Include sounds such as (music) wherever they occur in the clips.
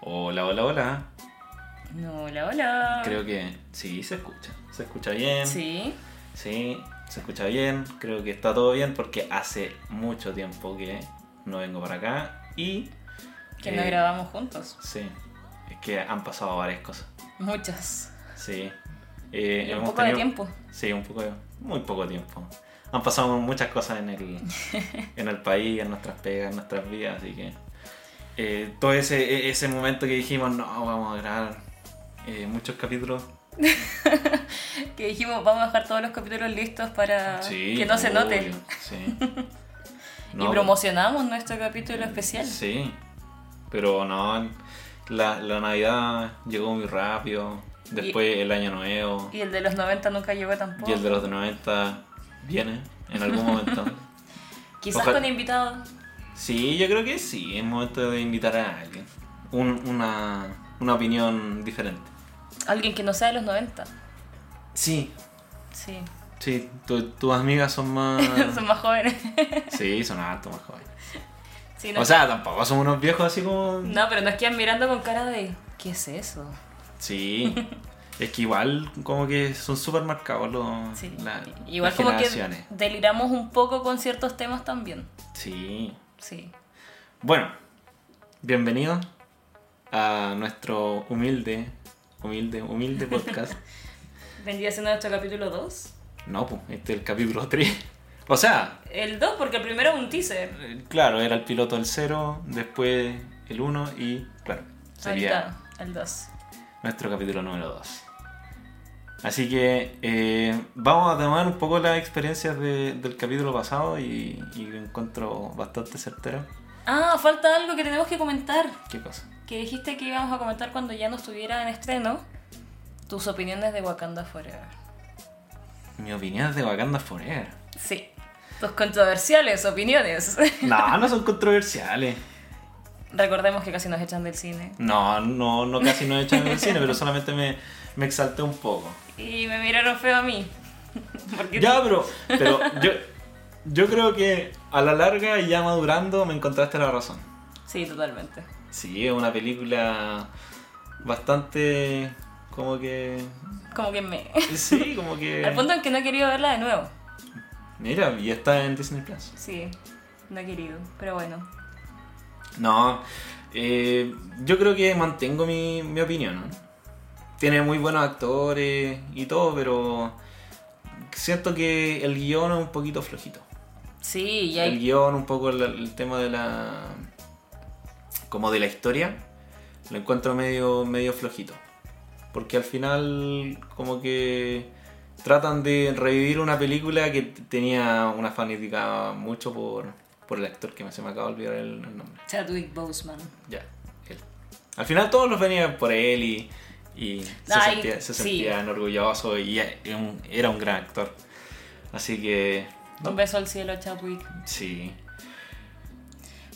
Hola, hola, hola. Hola, hola. Creo que sí, se escucha. Se escucha bien. Sí. Sí, se escucha bien. Creo que está todo bien porque hace mucho tiempo que no vengo para acá y... Que eh, no grabamos juntos. Sí, es que han pasado varias cosas. Muchas. Sí. Eh, Y un hemos poco tenido- de tiempo. Sí, un poco, de- muy poco tiempo. Han pasado muchas cosas en (laughs) el, en el país, en nuestras pegas, en nuestras vidas, así que eh, todo ese, e- ese momento que dijimos, no, vamos a grabar eh, muchos capítulos. Que dijimos, vamos a dejar todos los capítulos listos para Sí, Ah, que no se obvio, note. Sí. (laughs) y No, promocionamos nuestro capítulo pero- especial. Sí, pero no, la, la Navidad llegó muy rápido, después el Año Nuevo Y el de los 90 nunca llegó y tampoco. el de los 90 viene en algún (laughs) momento. Quizás Ojalá- con invitados. Sí, yo creo que sí, es momento de invitar a alguien. Un- una, una opinión diferente. Alguien que no sea de los 90. Sí, Sí. sí, tu- tus amigas son más... (laughs) Son más jóvenes. (laughs) sí, son harto más jóvenes. Sí, no- O sea, tampoco son unos viejos así como... no, pero nos quedan mirando con cara de. ¿Qué es eso? Sí, es que igual como que son súper marcados los... Sí. la- Igual las como que generaciones. deliramos un poco con ciertos temas también. Sí. Sí. Bueno, bienvenido a nuestro humilde, humilde, humilde (laughs) podcast. Vendría siendo nuestro capítulo 2. no, pues, este es el capítulo 3. O sea, El 2, porque el primero es un teaser. Eh, Claro, era el piloto el 0, después el 1 y, claro, Ahí sería está, el 2. nuestro capítulo número 2. Así que eh, vamos a tomar un poco las experiencias de- del capítulo pasado y, y lo encuentro bastante certero. Ah, falta algo que tenemos que comentar. ¿Qué pasa? Que dijiste que íbamos a comentar cuando ya no estuviera en estreno. Tus opiniones de Wakanda Forever. Mi opinión es de Wakanda Forever. Sí. Tus controversiales opiniones. (laughs) (laughs) No, no son controversiales. Recordemos que casi nos echan del cine. No, no, no casi no he hecho en el cine, pero solamente me, me exalté un poco. Y me miraron feo a mí. (laughs) Porque Ya, pero, pero yo, yo creo que a la larga y ya madurando me encontraste la razón. Sí, totalmente. Sí, es una película bastante como que... Como que me... Sí, como que... Al punto en que no he querido verla de nuevo. Mira, y está en Disney Plus. Sí, no he querido. Pero bueno. No, eh, yo creo que mantengo mi, mi opinión. ¿no? Tiene muy buenos actores y todo, pero siento que el guión es un poquito flojito. Sí, y El hay... guión, un poco el, el tema de la... como de la historia, lo encuentro medio, medio flojito. Porque al final como que tratan de revivir una película que t- tenía una fanática mucho por, por el actor que me, se me acaba de olvidar el, el nombre. Chadwick Boseman. Ya, él. Al final todos los venían por él y, y se, Ay, sentía- se sí. sentían orgullosos y e- era un- era un gran actor. Así que... no, Un beso al cielo, Chadwick. Sí,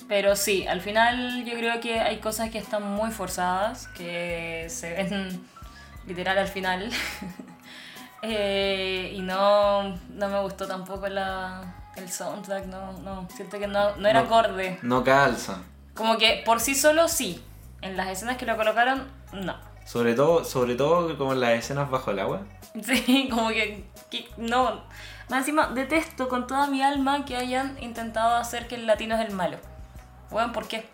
Pero sí, al final yo creo que hay cosas que están muy forzadas, que se ven (laughs) literal al final. (laughs) Eh, y no, no me gustó tampoco la, el soundtrack, no, no, siento que no, no era No. acorde. no calza. Como que por sí solo sí, en las escenas que lo colocaron, no. Sobre todo, sobre todo como en las escenas bajo el agua. (laughs) Sí, como que, que no. Más encima, detesto con toda mi alma que hayan intentado hacer que el latino es el malo. Bueno, ¿por qué?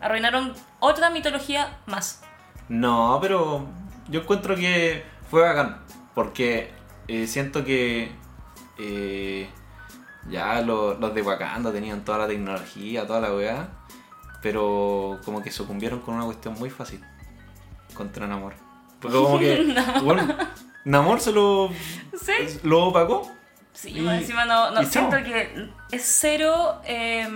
Arruinaron otra mitología (laughs) más. No, pero yo encuentro que fue bacán. Porque eh, siento que eh, ya lo- los de Wakanda tenían toda la tecnología, toda la weá. Pero como que sucumbieron con una cuestión muy fácil. Contra Namor. Porque como (laughs) que... bueno, Namor se lo, Sí, lo opacó. sí Y- más encima no, no y chao. siento que es cero. eh,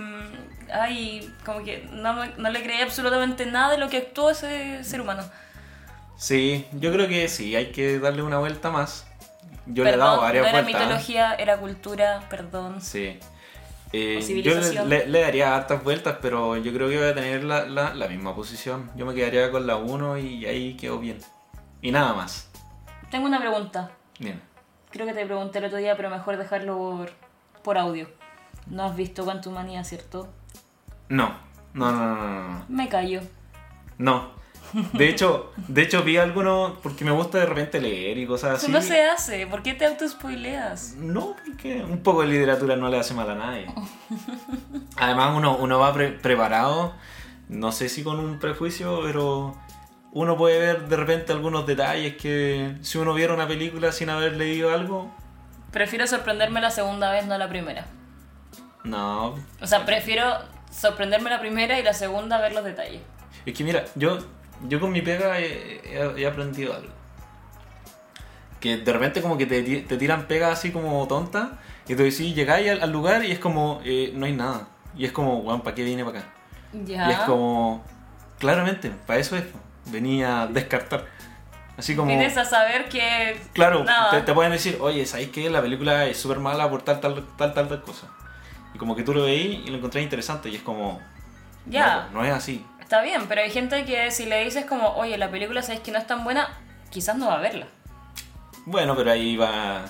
ay, como que no, me- no le creí absolutamente nada de lo que actuó ese ser humano. Sí, yo creo que sí, hay que darle una vuelta más. Yo le he Perdón, dado varias no era vueltas. ¿eh? mitología, era cultura, perdón. Sí. Eh, yo le, O civilización. le- le daría hartas vueltas, pero yo creo que voy a tener la, la- la misma posición. Yo me quedaría con la 1 y ahí quedó bien. Y nada más. Tengo una pregunta. Dime. Creo que te pregunté el otro día, pero mejor dejarlo por, por audio. No has visto Manía, ¿cierto? No. No, no, no, no, no. Me callo. No. De hecho, de hecho vi algunos porque me gusta de repente leer y cosas Eso así. (laughs) no se hace. ¿Por qué te autospoileas? No, porque un poco de literatura no le hace mal a nadie. Además, uno, uno va pre- preparado, no sé si con un prejuicio, pero uno puede ver de repente algunos detalles que si uno viera una película sin haber leído algo, Prefiero sorprenderme la segunda vez, no la primera. no. O sea, prefiero sorprenderme la primera y la segunda ver los detalles. Es que mira, yo, yo con mi pega he, he- he aprendido algo. Que de repente como que te, ti- te tiran pegas así como tonta y tú decís, llegáis al, al lugar y es como, eh, no hay nada. Y es como, weón, ¿para qué vine para acá? Ya. Y es como, claramente, para eso es. po. Venía a descartar. Así como, Vienes a saber que. claro, nada. te, te pueden decir, oye, ¿sabéis que la película es súper mala por tal, tal, tal, tal, tal cosa? Y como que tú lo veí y lo encontré interesante y es como, no, Ya. po, no es así. Está bien, pero hay gente que si le dices como, oye, la película sabes que no es tan buena, quizás no va a verla. Bueno, pero ahí va,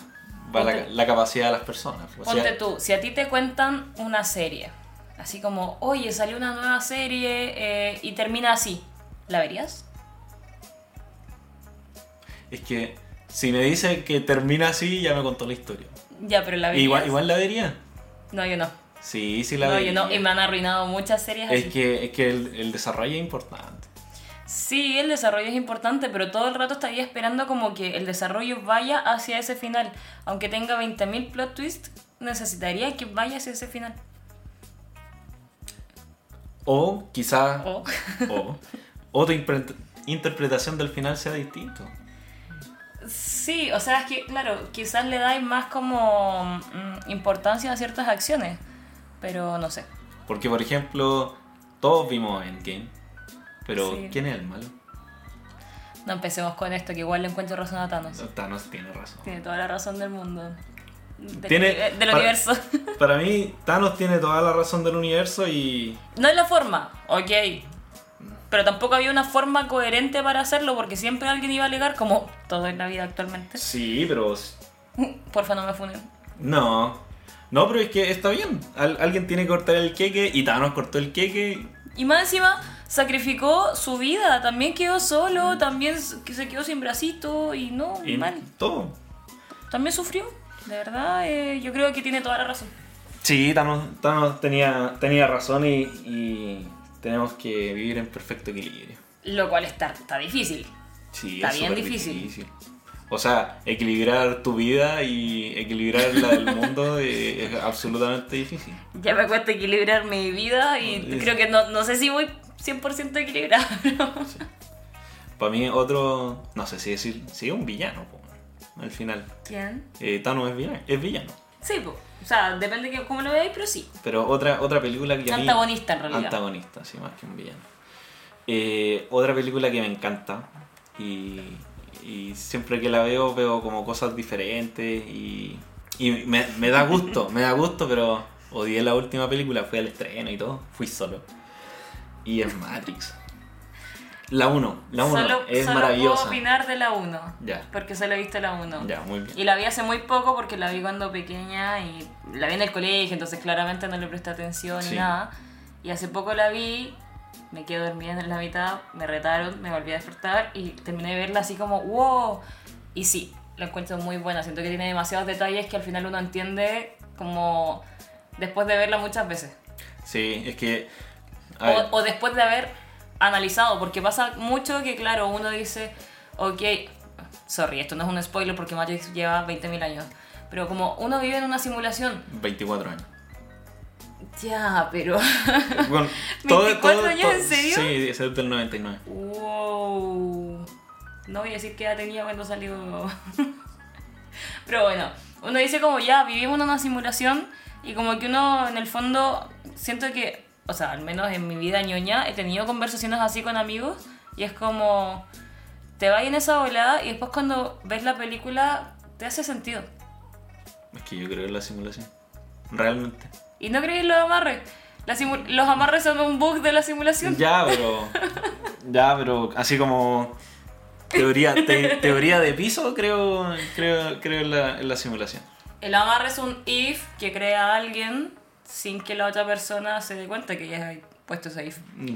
va la, Ponte- la capacidad de las personas. po. O sea, Ponte tú, si a ti te cuentan una serie, así como, oye, salió una nueva serie eh, y termina así, ¿la verías? Es que si me dice que termina así, ya me contó la historia. Ya, pero la verías. Igual, igual la vería. No, yo no. Sí, sí la no, vería. yo no. Y me han arruinado muchas series es así. que, es que el, el desarrollo es importante. Sí, el desarrollo es importante, pero todo el rato estaría esperando como que el desarrollo vaya hacia ese final. Aunque tenga 20.000 plot twists, necesitaría que vaya hacia ese final. O quizás O- O, o tu impre- interpretación del final sea distinto. Sí, o sea, es que, claro, quizás le dais más como mm, importancia a ciertas acciones, pero no sé. Porque, por ejemplo, todos vimos Endgame, pero Sí. ¿quién es el malo? No empecemos con esto, que igual le encuentro razón a Thanos. Thanos tiene razón. Tiene toda la razón del mundo. Del, Tiene- uni- del para- universo. (laughs) Para mí, Thanos tiene toda la razón del universo y... No es la forma, ok. Pero tampoco había una forma coherente para hacerlo porque siempre alguien iba a alegar como todo en la vida actualmente. (laughs) Sí, pero... Porfa, no me funen. No. No, pero es que está bien. Al- alguien tiene que cortar el queque y Thanos cortó el queque. Y más encima sacrificó su vida, también quedó solo, también s- que se quedó sin bracito y no, Mm. Y mal. todo. También sufrió, de verdad, eh, yo creo que tiene toda la razón. Sí, Thanos, Thanos tenía, tenía razón y, y tenemos que vivir en perfecto equilibrio. Lo cual está, está difícil. Sí, Está es bien súper difícil. O sea, equilibrar tu vida y equilibrar la del (laughs) mundo eh, es absolutamente difícil. Ya me cuesta equilibrar mi vida y Es- creo que no, no sé si voy 100% (laughs) equilibrada. pero- Para mí otro, no sé si decir, sí, un villano, po, al final. ¿Quién? Eh, Thanos es villano, es villano. Sí, po. o sea, depende de cómo lo veáis, pero sí. Pero otra, otra película que a mí- Antagonista, en realidad. Antagonista, sí, más que un villano. Eh, otra película que me encanta y, y siempre que la veo veo como cosas diferentes y, y me, me da gusto, me da gusto, pero odié la última película, fui al estreno y todo, fui solo. Y es Matrix. La 1, la 1 solo es solo maravillosa. puedo opinar de la 1. Ya. Porque solo he visto la 1. Ya, muy bien. Y la vi hace muy poco porque la vi cuando pequeña y la vi en el colegio, entonces claramente no le presté atención Sí. ni nada. Y hace poco la vi, me quedé dormida en la mitad, me retaron, me volví a despertar y terminé de verla así como, wow. Y sí, la encuentro muy buena, siento que tiene demasiados detalles que al final uno entiende como después de verla muchas veces. Sí, es que... a ver, O, o después de haber analizado, porque pasa mucho que, claro, uno dice, ok, sorry, esto no es un spoiler porque Matrix lleva 20.000 años, pero como uno vive en una simulación, 24 años. ya, pero... (laughs) (laughs) Bueno, 24 años, ¿en serio? Sí, es del 99. wow. No voy a decir qué edad tenía cuando salió... (laughs) pero bueno, uno dice como, ya, vivimos en una simulación y como que uno, en el fondo, siento que, o sea, al menos en mi vida ñoña, he tenido conversaciones así con amigos y es como... te va en esa volada y después cuando ves la película te hace sentido. Es que yo creo en la simulación. Realmente. Y no creéis los amarres. La simu- los amarres son un bug de la simulación. Ya, pero. Ya, pero así como. Teoría, te- teoría de piso, creo, creo, creo en, la, en la simulación. El amarre es un if que crea alguien sin que la otra persona se dé cuenta que ya ha puesto ese if. Mm.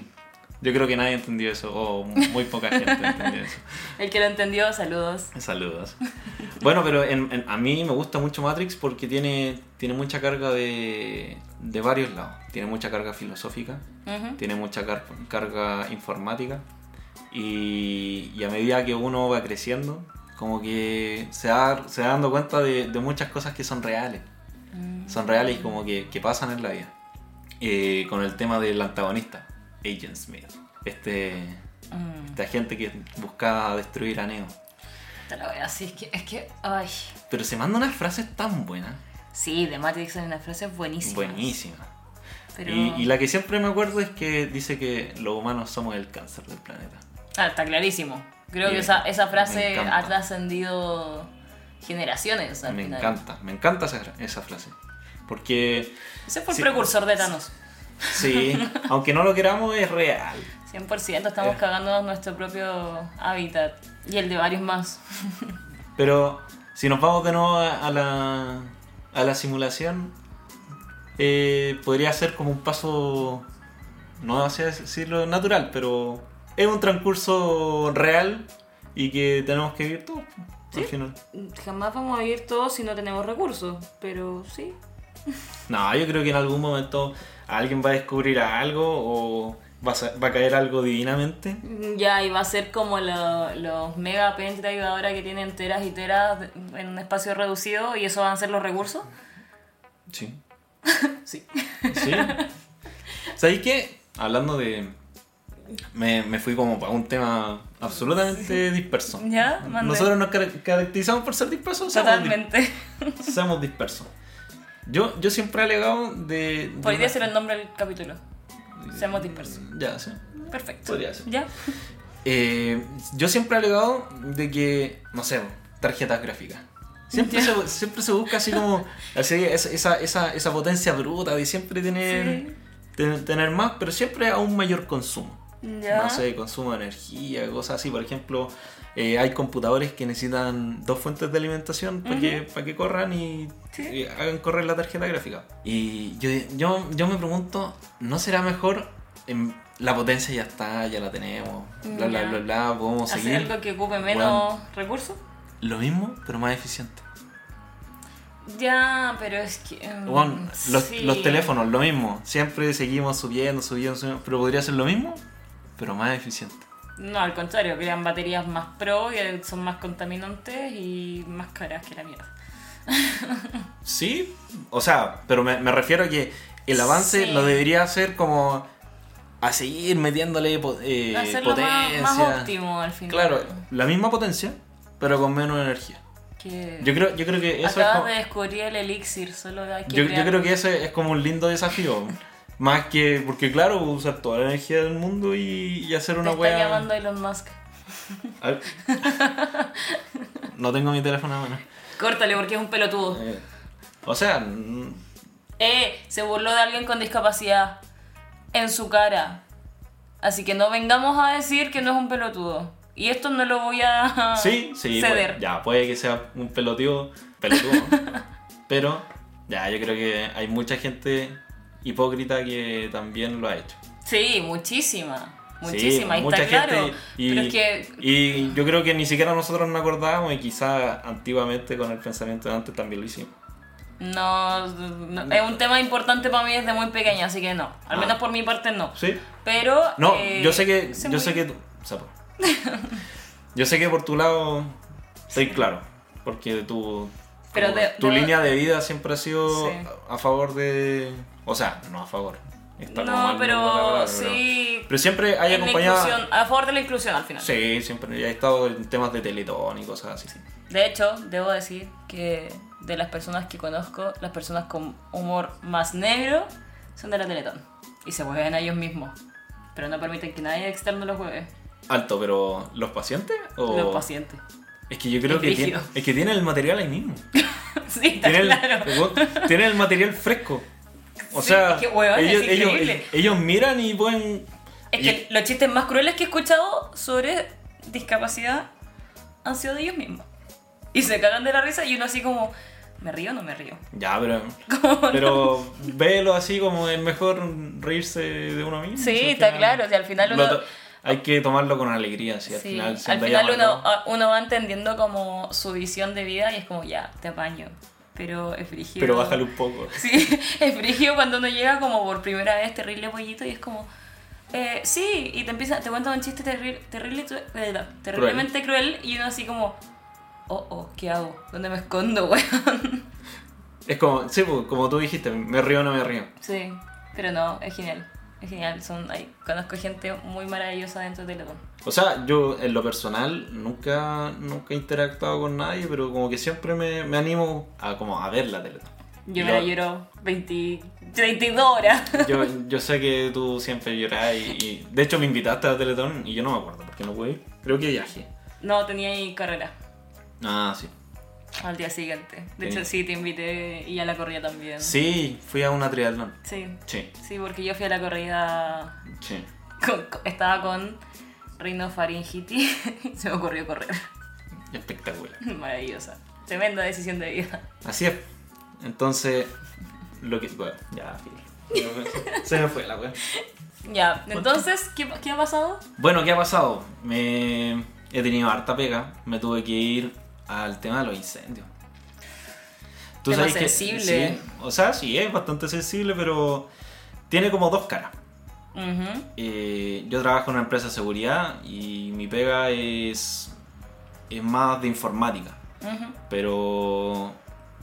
Yo creo que nadie entendió eso, o muy poca (laughs) gente entendió eso. El que lo entendió, saludos. Saludos. Bueno, pero en- en- a mí me gusta mucho Matrix porque tiene, tiene mucha carga de, de varios lados. Tiene mucha carga filosófica, Ujú. tiene mucha car- carga informática y, y a medida que uno va creciendo, como que se va, se va dando cuenta de, de muchas cosas que son reales. Mm. Son reales y como que, que pasan en la vida. Eh, con el tema del antagonista, Agent Smith. Este, Mm. esta gente que buscaba destruir a Neo. Te la voy a decir, es que, es que, ay. Pero se manda unas frases tan buenas, Sí, de Matrix hay unas frases buenísimas. buenísimas. Pero... Y, y la que siempre me acuerdo es que dice que los humanos somos el cáncer del planeta. Ah, está clarísimo. Creo Bien, que esa, esa me frase encanta. ha trascendido generaciones al me final. encanta, me encanta esa, esa frase. Porque, Ese fue el Sí. precursor de Thanos. sí, (laughs) aunque no lo queramos, es real. 100% estamos Eh. cagándonos nuestro propio hábitat y el de varios más. Pero si nos vamos de nuevo a, a la, a la simulación, eh, podría ser como un paso, no sé decirlo natural, pero es un transcurso real y que tenemos que vivir todos pues, al final. Jamás vamos a vivir todos si no tenemos recursos, pero sí. No, yo creo que en algún momento alguien va a descubrir algo o va a, sa- va a caer algo divinamente. Ya, y va a ser como lo- los mega pendrive ahora que tienen teras y teras de- en un espacio reducido y eso van a ser los recursos. Sí. (laughs) Sí. Sí. ¿Sabéis qué? Hablando de. Me, me fui como para un tema absolutamente disperso. Ya, mandé. Nosotros nos car- caracterizamos por ser dispersos. somos Totalmente. dis- Somos dispersos. Yo, yo siempre he alegado de. de (laughs) Podría una- ser el nombre del capítulo. Seamos dispersos. Ya, sí. Perfecto. Podría ser. ¿Ya? Eh, yo siempre he alegado de que, no sé, tarjetas gráficas. Siempre, se, siempre se busca así como así, esa, esa, esa, esa potencia bruta de siempre tener, ten- tener más, pero siempre a un mayor consumo. Ya. No sé, consumo de energía, cosas así. Por ejemplo, eh, hay computadores que necesitan dos fuentes de alimentación para, que, pa' que corran y, Sí. y hagan correr la tarjeta gráfica. Y yo, yo, yo me pregunto, ¿no será mejor em, la potencia ya está, ya la tenemos, bla, bla, Ya. bla, bla, podemos Hacer seguir? algo que ocupe menos recursos. Lo mismo, pero más eficiente. Ya, pero es que. mm, Bueno, los, sí. los teléfonos, lo mismo. Siempre seguimos subiendo, subiendo, subiendo. Pero podría ser lo mismo, pero más eficiente. No, al contrario, crean baterías más pro que son más contaminantes y más caras que la mierda. Sí, o sea, pero me, me refiero a que el avance Sí. lo debería hacer como a seguir metiéndole po- eh, Hacerlo más, potencia. más óptimo al final. Claro, la misma potencia, pero con menos energía. Que Yo creo, yo creo que eso acabas es como, de descubrir el elixir, solo hay que. yo, yo crear- creo que ese es como un lindo desafío. (laughs) Más que, porque claro, usar toda la energía del mundo y, y hacer una Te wea- está llamando Elon Musk. A (laughs) ver. No tengo mi teléfono a mano. Córtale porque es un pelotudo. Eh, O sea, mm, Eh, se burló de alguien con discapacidad en su cara. Así que no vengamos a decir que no es un pelotudo. Y esto no lo voy a Sí, (laughs) sí. ceder. puede- ya, puede que sea un pelotudo, pelotudo. (laughs) ¿no? pero, ya, yo creo que hay mucha gente hipócrita que también lo ha hecho. Sí, muchísima. Sí, Muchísima, y mucha está claro. gente y- Pero es que. Y yo creo que ni siquiera nosotros nos acordábamos y quizá antiguamente con el pensamiento de antes también lo hicimos. No, no- es un tema importante para mí desde muy pequeña, así que no. Al Ah. menos por mi parte no. Sí. Pero. No, eh, yo sé que, se yo murió. sé que, tú- sapo. yo sé que por tu lado estoy claro, porque tu, Pero como de- tu de- línea de vida siempre ha sido Sí. a a favor de, o sea, no a favor. Está como mal No, pero la palabra, pero- sí. Pero siempre hay en la acompañado. inclusión, a favor de la inclusión al final. Sí, siempre he estado en temas de teletón y cosas así. De hecho, debo decir que de las personas que conozco, las personas con humor más negro son de la Teletón. Y se hueven a ellos mismos. Pero no permiten que nadie externo los hueve. Alto, pero ¿los pacientes? O... Los pacientes. (laughs) Es que yo creo Es que tiene, brígido. es que tiene el material ahí mismo. sí, (laughs) está Tiene el, claro. tiene el material fresco. O Sí, sea, es que, weón, es ellos, ellos, increíble. ellos miran y pueden. Es y- que los chistes más crueles que he escuchado sobre discapacidad han sido de ellos mismos. Y se cagan de la risa y uno así como, ¿Me río o no me río? Ya, pero. Pero velo así como es mejor reírse de uno mismo. Sí, si al está final- claro. Si al final uno. Lo to- Hay que tomarlo con alegría, si al sí, final. si al andáis final uno, ah, amargado- uno va entendiendo como su visión de vida y es como ya, te apaño. Pero es frígido. Pero bájale un poco. (laughs) Sí, es frígido cuando uno llega como por primera vez terrible pollito y es como... eh, sí, y te empieza, te cuentan un chiste terrible, terrible, tu- eh, no, terriblemente cruel. y uno así como, oh, oh, ¿qué hago? ¿Dónde me escondo, (laughs) weón? Es como, sí, pues, como tú dijiste, me río o no me río. Sí, pero no, es genial, es genial, son, ay, conozco gente muy maravillosa dentro de Teletón. O sea, yo en lo personal nunca, nunca he interactuado con nadie, pero como que siempre me, me animo a como a ver la tele. Yo Y me la lo- lloro 20, 32 horas. (laughs) Yo, yo sé que tú siempre llorás y, y- de hecho me invitaste a Teletón y yo no me acuerdo porque no pude ir. Creo que viajé. No, tenía ahí carrera Ah, sí. al día siguiente. De Sí. hecho, sí, te invité y a la corrida también. Sí, fui a una triatlón. Sí, Sí, sí, porque yo fui a la corrida sí. con- con- estaba con rinofaringiti y (laughs) se me ocurrió correr. (laughs) Espectacular. Maravillosa. Tremenda decisión de vida. Así es. Entonces, lo que... Bueno, ya. Se me fue la wea. Ya, entonces, ¿qué, qué ha pasado? Bueno, ¿qué ha pasado? Me... He tenido harta pega. Me tuve que ir al tema de los incendios. Tema sabes sensible. sí, o sea, sí, es bastante sensible, pero tiene como dos caras. Ujú. Eh, yo trabajo en una empresa de seguridad y mi pega es, es más de informática. Ujú. Pero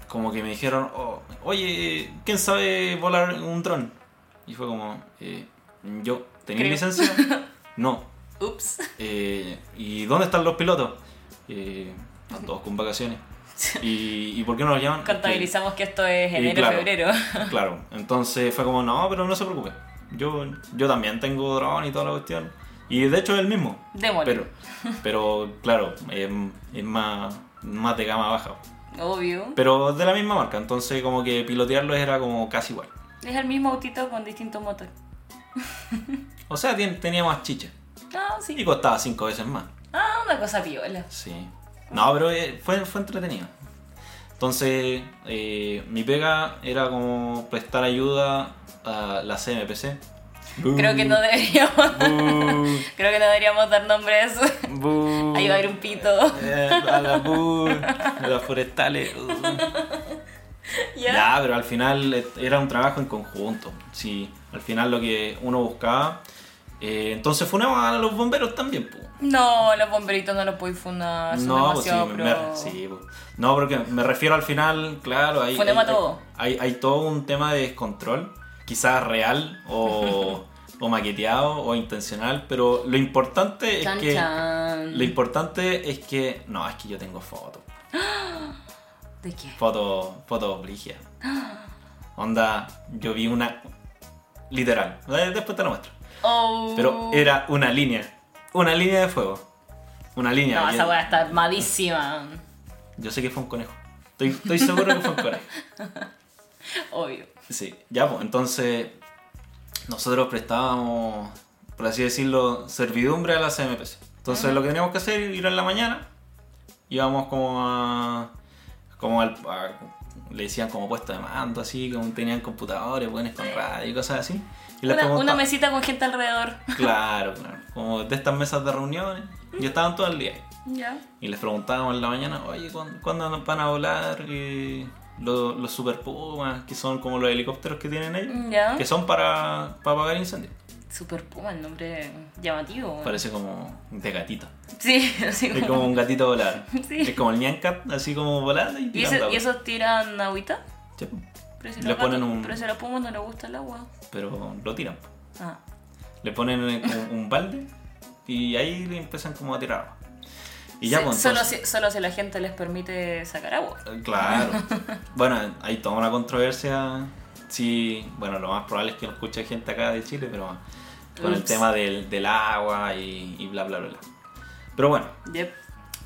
como que me dijeron, "Oh, oye, ¿quién sabe volar un dron? Y fue como, eh, yo, ¿tenía Creo. licencia? No. Ups. Eh, ¿Y dónde están los pilotos? Eh, están todos con vacaciones. ¿Y, y por qué no los llaman? Contabilizamos que esto es y enero, claro. febrero. (laughs) Que- claro, entonces fue como, no, pero no se preocupe. Yo, yo también tengo dron y toda la cuestión. Y de hecho es el mismo. Démosle. Pero, pero claro, es, es más, más de gama baja. Obvio. Pero de la misma marca, entonces como que pilotearlos era como casi igual. Es el mismo autito con distinto motor. O sea, tien- tenía más chicha. Ah, Y sí. costaba cinco veces más. Ah, una cosa piola. Sí. No, pero eh, fue, fue entretenido. Entonces, eh, mi pega era como prestar ayuda a la CMPC. Creo que no deberíamos. (laughs) Bú, Creo que no deberíamos dar nombres. (laughs) bú. Ahí va a haber un pito. Eh, a la bú, a las (laughs) forestales. uh. Ya. Ya, pero al final eh, era un trabajo en conjunto. Sí, al final lo que uno buscaba. eh, entonces funamos a los bomberos también, pues. No, los bomberitos no los puedo funar. Son No, pues sí, demasiado me- pro. me- sí, pues. no, porque me refiero al final, claro, hay, hay, Funemos a hay- todo. hay- hay todo un tema de descontrol, quizás real o, o maqueteado o intencional, pero lo importante es Chan, que chan. lo importante es que no, es que yo tengo fotos, ¿De qué? fotos, fotos brigia. Onda, yo vi una literal, eh, después te la muestro, Oh. pero era una línea, una línea de fuego, una línea. No, que- esa weá está armadísima. Yo sé que fue un conejo. Estoy, estoy seguro que fue un conejo. Obvio. Sí, ya pues, entonces nosotros prestábamos, por así decirlo, servidumbre a la CMPC. Entonces lo que teníamos que hacer era ir en la mañana, íbamos como a... Como al, a- le decían como puesto de mando, así, como tenían computadores, buenos con radio y cosas así. Y les Una, una preguntaba- mesita con gente alrededor. Claro, (laughs) claro. Como de estas mesas de reuniones. Y estaban todo el día ahí. Ya. Y les preguntábamos en la mañana, oye, ¿cuán- ¿cuándo, nos van a volar eh, los, los Super Pumas, que son como los helicópteros que tienen ellos? Ya. Que son para, para apagar incendios. Super Puma, el nombre llamativo. weón. Parece como de gatito. Ah. Sí, (laughs) así Es como- como un gatito volar. (laughs) Sí. Es como el Nyancat, así como volando y ¿Y, tirando ese- agua. y esos tiran agüita? Sí, po. Pero si Le los ponen gatos- un- Pero si a los pumas no les gusta el agua. Pero lo tiran. po. Ah. Le ponen eh, como un balde y ahí le empiezan como a tirar agua. Y ya Sí, pues, solo, entonces- si, solo si la gente les permite sacar agua. (laughs) Claro. bueno, hay toda una controversia. Sí, bueno, lo más probable es que lo escuche gente acá de Chile, pero con el Ups. tema del, del agua y, y bla, bla, bla, bla. Pero bueno, Yep.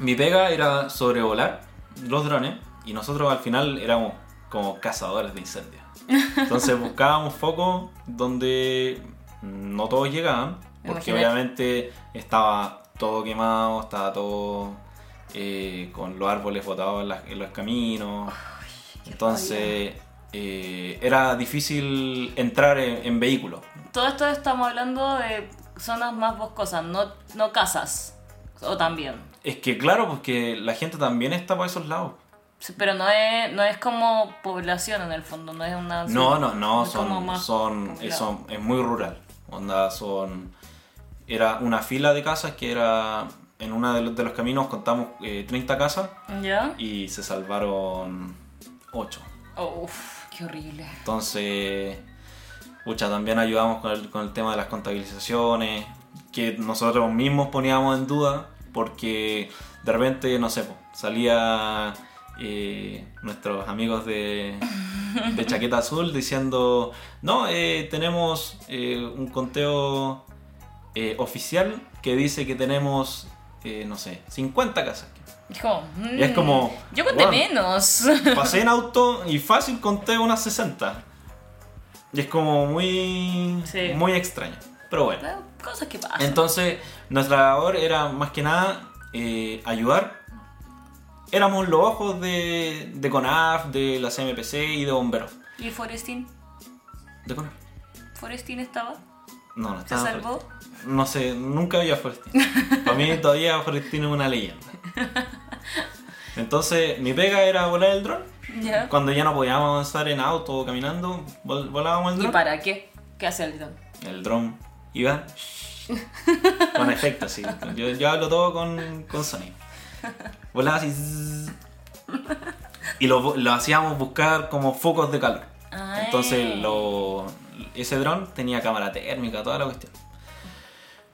mi pega era sobrevolar los drones y nosotros al final éramos como cazadores de incendios. Entonces buscábamos focos donde no todos llegaban, porque Imagínate. obviamente estaba todo quemado, estaba todo eh, con los árboles botados en, las- en los caminos. Entonces eh, era difícil entrar en, en vehículo. Todo esto estamos hablando de zonas más boscosas, no, no casas. O también. Es que claro, porque la gente también está por esos lados. Sí, Pero no es, no es como población en el fondo, no es una... No, no, no, es como son, más son, poblado. son- es muy rural. Onda, son, era una fila de casas que era, en uno de los, de los caminos contamos eh, 30 casas ¿Ya? y se salvaron 8. Oh, uf, qué horrible. Entonces, pucha, también ayudamos con el, con el tema de las contabilizaciones, que nosotros mismos poníamos en duda, porque de repente, no sé, po, salía eh, nuestros amigos de, de Chaqueta Azul diciendo, no, eh, tenemos eh, un conteo eh, oficial que dice que tenemos, eh, no sé, 50 casas. Es como... Y es mm, como, Yo conté bueno. menos. (laughs) Pasé en auto y fácil conté unas 60. Y es como muy, Sí. muy extraño. Pero bueno. Cosas que pasan. Entonces, nuestra labor era más que nada eh, ayudar. Éramos los ojos de, de CONAF, de la CMPC y de bomberos. ¿Y Forestín? ¿De CONAF? ¿Forestín estaba? No, no ¿Se estaba. salvó? Forrestín. No sé, nunca había Forestín. Para mí todavía Forestín es una leyenda. Entonces, mi pega era volar el dron. ¿Ya? Cuando ya no podíamos avanzar en auto o caminando, vol- volábamos el ¿Y dron. para qué? ¿Qué hace el don? El dron (laughs) iba con efecto, sí. Yo, yo hablo todo con, con sonido. Volaba así. zzz. Y lo, bu- lo hacíamos buscar como focos de calor. Ay. Entonces lo, ese dron tenía cámara térmica, toda la cuestión.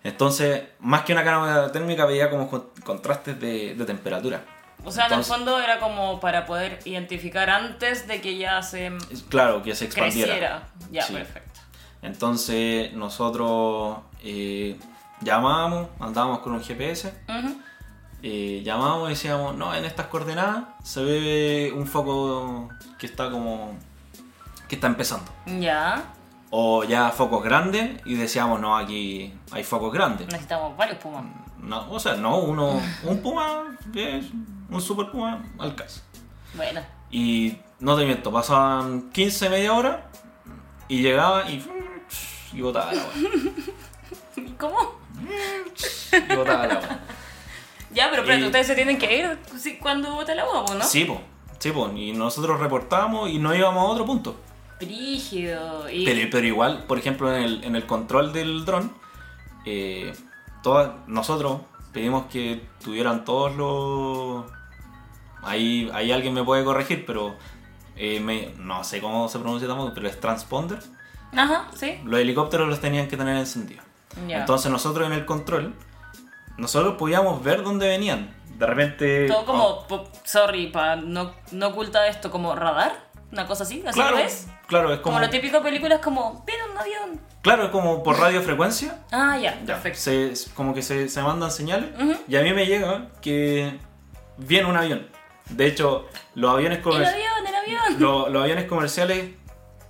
Entonces, más que una cámara térmica, veía como con- contrastes de, de temperatura. O sea, Entonces- en el fondo era como para poder identificar antes de que ya se Claro, que se expandiera. creciera. Ya, Sí. perfecto. Entonces nosotros eh, llamábamos, andábamos con un GPS, Ujú. eh, llamábamos y decíamos, no, en estas coordenadas se ve un foco que está como... que está empezando. Ya, O ya focos grandes y decíamos, no, aquí hay focos grandes. necesitamos varios pumas. No, o sea, no, uno, un puma, es un super puma, al caso. Bueno, (laughs) Y no te miento, pasaban 15, media hora y llegaba y... y botaba la wea. ¿y ¿cómo? y botaba la wea. Ya, pero espérate, Y- ustedes se tienen que ir sí, cuando bote la huevo, ¿no? Sí, po. Sí, po. Y nosotros reportábamos y no íbamos a otro punto. Brígido. Y... Pero, pero igual, por ejemplo, en el, en el control del dron, eh, todas- nosotros pedimos que tuvieran todos los... Ahí, ahí alguien me puede corregir, pero eh, me- no sé cómo se pronuncia tampoco, pero es transponder. Ajá, sí. Los helicópteros los tenían que tener encendidos. Ya. Entonces nosotros en el control, nosotros podíamos ver dónde venían. De repente... Todo como, oh, po- sorry, pa, no, no oculta esto, como radar, una cosa así, ¿así claro, lo ves? claro, es Como, lo típico de películas como, ven un avión. Claro, es como por radiofrecuencia. Ah, ya, ya, perfecto. se- es como que se, se mandan señales. Ujú. Y a mí me llega que viene un avión. De hecho, los aviones, El comer- avión, el avión. Pues, lo- los aviones comerciales,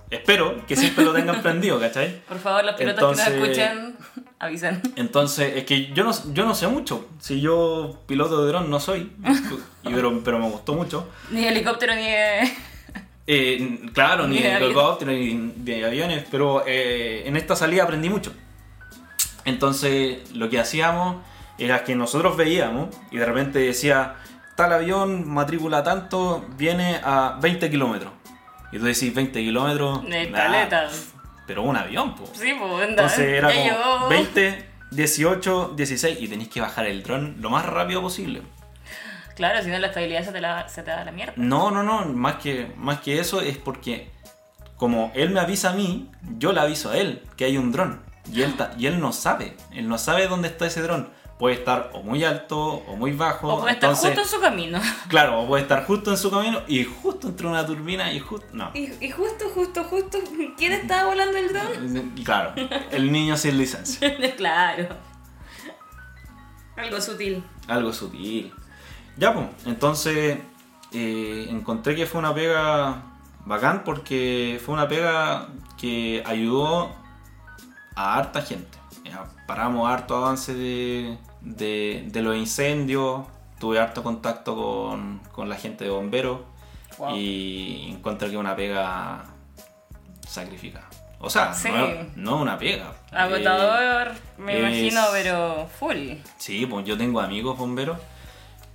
espero que siempre lo (laughs) tengan prendido, ¿cachai? Por favor, los pilotos que nos Entonces- escuchen, avisen. (laughs) Entonces, es que yo no, yo no sé mucho. Si yo piloto de dron no (laughs) soy, y- pero, pero me gustó mucho. Ni helicóptero ni... eh, Eh, claro, ni Ni de de avión. helicóptero, ni de aviones, pero eh, en esta salida aprendí mucho. Entonces, lo que hacíamos era que nosotros veíamos y de repente decía, tal avión, matrícula tanto, viene a 20 kilómetros. Y tú decís, 20 kilómetros. De nah, caleta. Pero un avión, po. Sí, pues, anda. Entonces era ya llegó. como 20, 18, 16 y tenéis que bajar el dron lo más rápido posible. Claro, si no la estabilidad se te, la, se te da la mierda. No, no, no, más que, más que eso es porque como él me avisa a mí, yo le aviso a él que hay un dron. Y él, ta- y él no sabe, él no sabe dónde está ese dron. Puede estar o muy alto o muy bajo. o puede estar Oh, entonces, justo en su camino. Claro, o puede estar justo en su camino y justo entre una turbina y justo... No. Y, y justo, justo, justo, ¿quién estaba volando el dron? Claro, el niño sin licencia. (laughs) claro. Algo sutil. Algo sutil. Ya, pues, entonces eh, encontré que fue una pega bacán porque fue una pega que ayudó a harta gente. Ya, Paramos harto avance de, de- de los incendios, tuve harto contacto con, con la gente de bomberos. Wow. Y encuentro que es una pega sacrificada. O sea, Sí. no, no una pega. Eh, Agotador, me es- imagino, pero full. sí, pues yo tengo amigos bomberos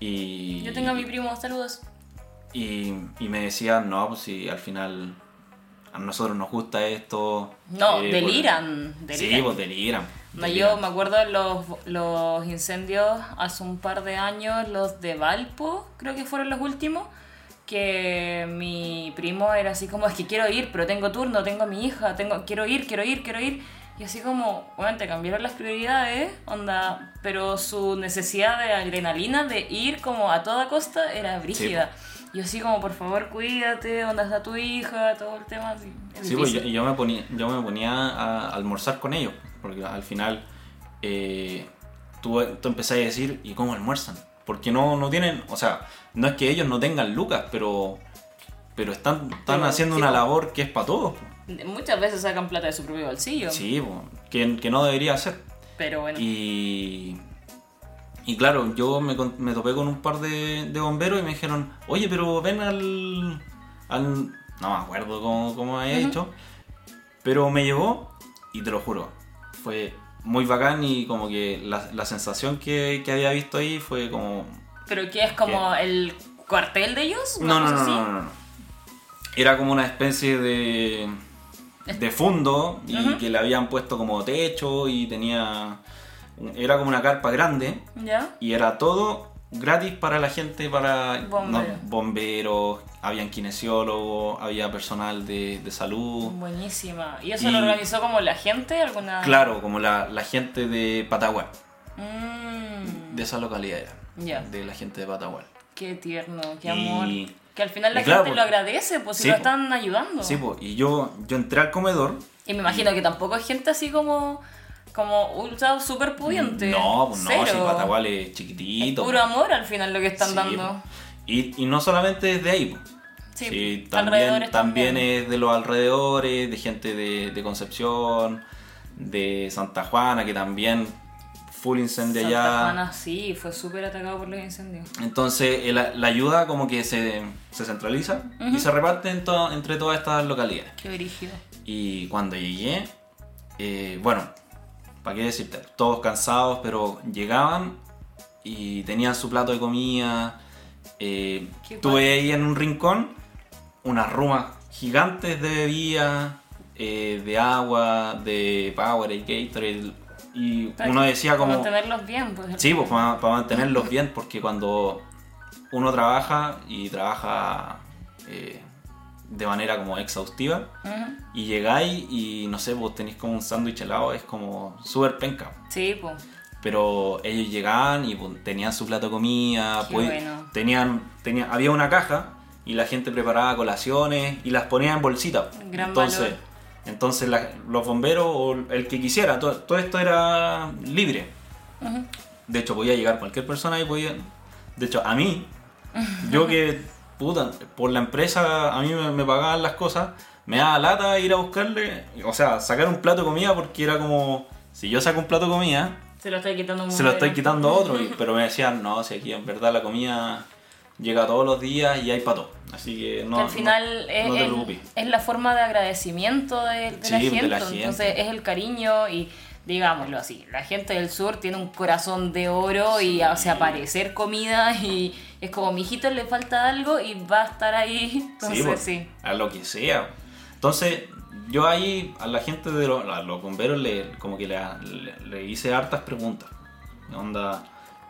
y... Yo tengo a mi primo, saludos. Y, y me decían, no, pues si al final a nosotros nos gusta esto. No, eh, deliran, por- deliran. Sí, pues deliran. No, yo deliran. me acuerdo los, los incendios hace un par de años, los de Valpo, creo que fueron los últimos, que mi primo era así como, es que quiero ir, pero tengo turno, tengo a mi hija, tengo quiero ir, quiero ir, quiero ir. Y así como, bueno, te cambiaron las prioridades, onda, pero su necesidad de adrenalina, de ir como a toda costa, era brígida. Y yo así como, por favor, cuídate, onda está tu hija, todo el tema. Así, es Sí, pues yo, difícil. yo me ponía, yo me ponía a almorzar con ellos, porque al final eh, tú, tú empezás a decir, ¿y cómo almuerzan? Porque no, no tienen, o sea, no es que ellos no tengan lucas, pero, pero están, están Pero, haciendo sí, una pues. labor que es para todos. pues. Muchas veces sacan plata de su propio bolsillo. Sí, pues, que, que no debería ser. Pero bueno. Y, y claro, yo me, con- me topé con un par de, de bomberos y me dijeron, oye, pero ven al... al-". no me acuerdo cómo, cómo había dicho, pero me llevó y te lo juro, fue muy bacán y como que la, la sensación que, que había visto ahí fue como... ¿Pero qué es como el cuartel de ellos? ¿Una No, no, cosa no, así? no, no, no. Era como una especie de... De fondo y Ujú. que le habían puesto como techo y tenía... Era como una carpa grande. ¿Ya? y era todo gratis para la gente, para Bomberos. no, bomberos, habían kinesiólogos, había personal de, de salud. Buenísima. ¿Y eso Uh. Y- lo organizó como la gente? ¿Alguna...? Claro, como la, la gente de Patagua, Mm, de esa localidad era, Ya. de la gente de Patagua. qué tierno, qué Y- amor. Que al final la y claro, gente pues- lo agradece, pues si Sí, lo pues. están ayudando. Sí, po, y yo, yo entré al comedor. y me imagino que tampoco hay gente así como... Como ultra super pudiente. No, pues no, Cero. si Patagua es Es chiquitito. puro amor al final lo que están Sí, dando. po. Y, y no solamente desde ahí, po. Sí, pues, Sí, también, alrededores también. también es de los alrededores, de gente de, de Concepción, de Santa Juana, que también full incendio Santa allá. Juana sí, fue súper atacado por los incendios. Entonces eh, la, la ayuda como que se, se centraliza y se reparte en to- entre todas estas localidades. Qué brígido. Y cuando llegué, eh, bueno, ¿para qué decirte? Todos cansados, pero llegaban y tenían su plato de comida. eh, Qué tuve ahí en un rincón unas rumas gigantes de bebida, eh, de agua, de Power y Gatorade. Y Para uno que- decía como... Mantenerlos bien, pues. Sí, pues para, mantenerlos bien, porque cuando uno trabaja y trabaja eh, de manera como exhaustiva, Ujú. y llegáis y no sé, vos tenéis como un sándwich helado, es como súper penca. Sí, pues. Pero ellos llegaban y pues, tenían su plato de comida, Qué pues, bueno. tenían, tenía- había una caja y la gente preparaba colaciones y las ponía en bolsitas. Gran entonces, valor. entonces la- los bomberos o el que quisiera, to- todo esto era libre. Ujú. De hecho, podía llegar cualquier persona y podía. De hecho, a mí, yo que, puta, por la empresa a mí me, me pagaban las cosas, me daba lata ir a buscarle, o sea, sacar un plato de comida porque era como, si yo saco un plato de comida, Se lo estoy quitando a un se lo bombero. estoy quitando a otro. y- pero me decían, no, si aquí en verdad la comida llega todos los días y hay pato. Así que no. que al final no- es, no te es- preocupes. es la forma de agradecimiento de, de la Sí, gente. de la gente. Entonces es el cariño y digámoslo así, la gente del sur tiene un corazón de oro y hace aparecer comida y es como mijito le falta algo y va a estar ahí. Entonces pues, sí. A lo que sea. Entonces, yo ahí a la gente de los, a los bomberos le, como que le, le- le hice hartas preguntas. Onda,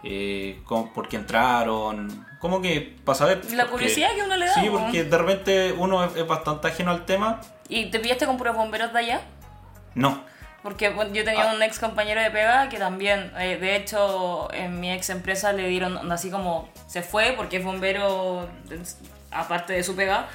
eh, cómo- ¿por qué entraron? Como que para saber. La porque- curiosidad que uno le da, Sí, po. porque de repente uno es, es bastante ajeno al tema. ¿Y te pillaste con puros bomberos de allá? No. Porque bueno, yo tenía Ah. un ex compañero de pega que también, eh, de hecho, en mi ex empresa le dieron onda así como se fue porque es bombero, de- aparte de su pega,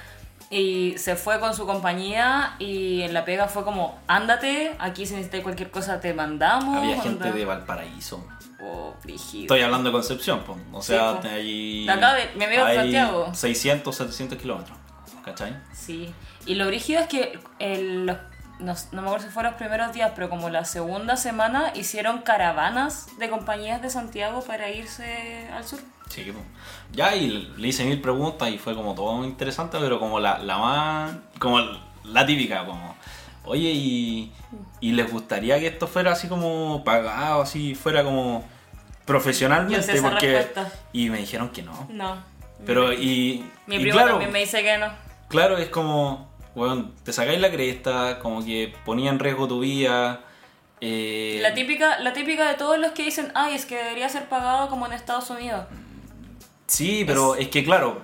y se fue con su compañía y en la pega fue como, ándate, aquí si necesitas cualquier cosa te mandamos. Había onda. gente de Valparaíso. Oh, brígido. Estoy hablando de Concepción, po. o sea, po. hay. De acá de- mi amigo de hay Santiago. 600, 700 kilómetros. ¿Cachai? Sí. Y lo brígido es que el- los no, no me acuerdo si fueron los primeros días, pero como la segunda semana hicieron caravanas de compañías de Santiago para irse al sur. Sí, po. ya, y le hice mil preguntas y fue como todo muy interesante, pero como la, la más. como la típica, como. Oye, y, y les gustaría que esto fuera así como pagado, así fuera como Yo profesionalmente, sé esa porque. respuesta. Y me dijeron que no. No. Pero, y. Mi y primo claro, también me dice que no. Claro, es como, weón, te sacáis la cresta, como que ponía en riesgo tu vida. eh, La típica, la típica de todos los que dicen, ay, es que debería ser pagado como en Estados Unidos. sí, pero es... que claro,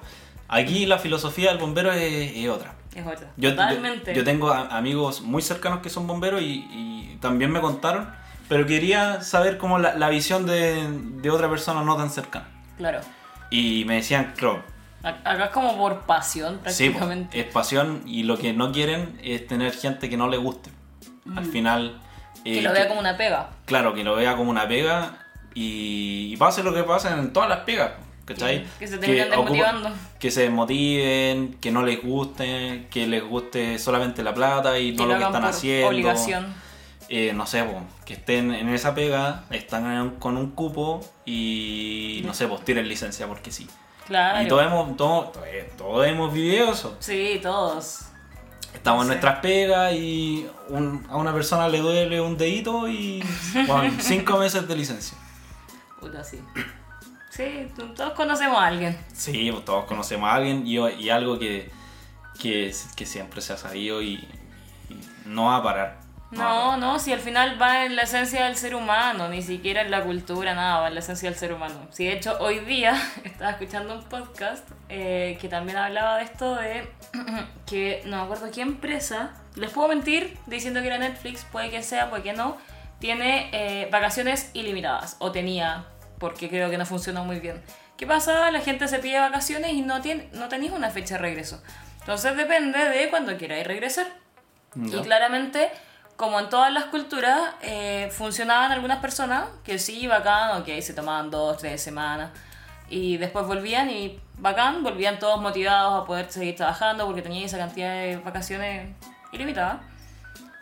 aquí la filosofía del bombero es, es otra. Es otra. Yo, yo- Totalmente. Yo, tengo a- amigos muy cercanos que son bomberos y, y también me contaron, pero quería saber como la, la visión de, de otra persona no tan cercana. Claro. Y me decían, claro, A- Acá es como por pasión sí, po, prácticamente. es pasión y lo que no quieren es tener gente que no le guste. Al final... Mm. que eh, lo vea como una pega. claro, que lo vea como una pega y, y pase lo que pase en todas las pegas, ¿cachai? Sí, que se terminan desmotivando. que se desmotiven, que no les guste, que les guste solamente la plata y Que todo lo lo, que hagan están por haciendo. obligación. Eh, no sé, po, que estén en esa pega, están en- con un cupo y no sé, pues tienen licencia porque sí. Claro. Y todos hemos, todos, todos hemos vivido eso. Sí, todos. Estamos en Sí. nuestras pegas y un- a una persona le duele un dedito y (laughs) bueno, cinco meses de licencia. Puta, sí. Sí, tú- todos conocemos a alguien. Sí, pues todos conocemos a alguien y, y algo que, que, que siempre se ha sabido y, y no va a parar. va a No, no, si al final va en la esencia del ser humano, ni siquiera en la cultura, nada, va en la esencia del ser humano. Si de hecho hoy día (laughs) estaba escuchando un podcast eh, que también hablaba de esto de (clears throat) que no me acuerdo qué empresa, les puedo mentir diciendo que era Netflix, puede que sea, puede que no, tiene eh, vacaciones ilimitadas, o tenía, porque creo que no funcionó muy bien. ¿Qué pasa? La gente se pide vacaciones y no, tiene, no tenéis una fecha de regreso. Entonces depende de cuando queráis regresar. parar. Y Ya. claramente, como en todas las culturas, eh, funcionaban algunas personas que sí, bacán, ok, se tomaban dos, tres semanas. Y después volvían y bacán, volvían todos motivados a poder seguir trabajando porque tenían esa cantidad de vacaciones ilimitada.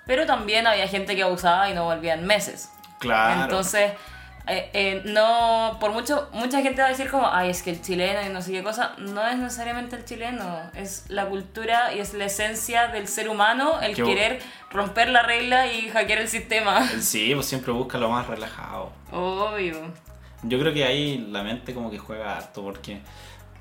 Pero también había gente que abusaba y no volvían meses. Claro. Entonces, eh, eh, no, por mucho, mucha gente va a decir como, ay, es que el chileno y no sé qué cosa, no es necesariamente el chileno, es la cultura y es la esencia del ser humano el Qué bu- querer romper la regla y hackear (laughs) el sistema. Sí, pues siempre busca lo más relajado. Obvio. Yo creo que ahí la mente como que juega harto porque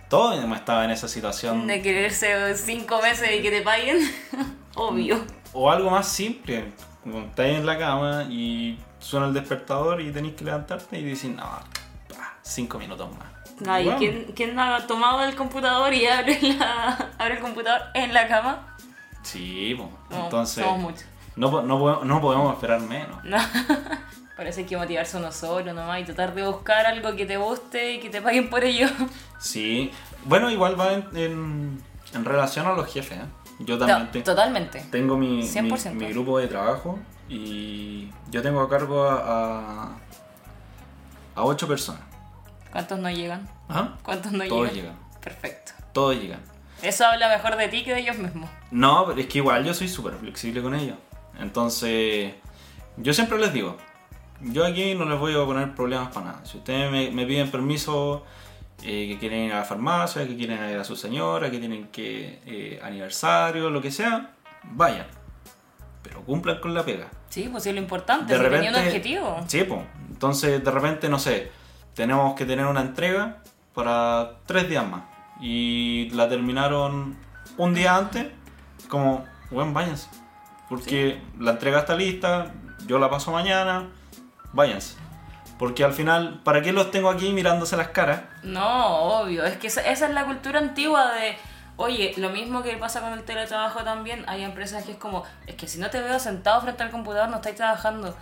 todos hemos estado en esa situación. De quererse cinco meses y que te paguen, (laughs) obvio. O algo más simple. Como estáis en la cama y suena el despertador y tenéis que levantarte y decís, no, pa, cinco minutos más. Ay, Bueno, ¿quién, quién ha tomado el computador y abre, la- (laughs) abre el computador en la cama? Sí, pues. No, Entonces, somos muchos. no, po- no po- no podemos esperar menos. No. (laughs) Parece que motivarse uno solo nomás y tratar de buscar algo que te guste y que te paguen por ello. (laughs) Sí, bueno, igual va en, en- en relación a los jefes. ¿eh? Yo también To- te- Totalmente. tengo mi, mi- 100%. mi grupo de trabajo y yo tengo a cargo a, a, a ocho personas. ¿Cuántos no llegan? Ajá. ¿Cuántos no Todos llegan? Perfecto. Todos llegan. Eso habla mejor de ti que de ellos mismos. No, pero es que igual yo soy súper flexible con ellos. Entonces, yo siempre les digo, yo aquí no les voy a poner problemas para nada. Si ustedes me, me piden permiso, eh, que quieren ir a la farmacia, que quieren ir a su señora, que tienen que eh, aniversario, lo que sea, vayan. Pero cumplan con la pega. Sí, pues sí, lo importante. De si repente... tenía un objetivo. Sí, pues. Entonces, de repente, no sé, tenemos que tener una entrega para tres días más. Y la terminaron un día antes, como, bueno, váyanse. Porque la entrega está lista, yo la paso mañana, váyanse. Porque al final, ¿para qué los tengo aquí mirándose las caras? No, obvio. Es que esa, esa es la cultura antigua de. Oye, lo mismo que pasa con el teletrabajo también. Hay empresas que es como. Es que si no te veo sentado frente al computador, no estáis trabajando.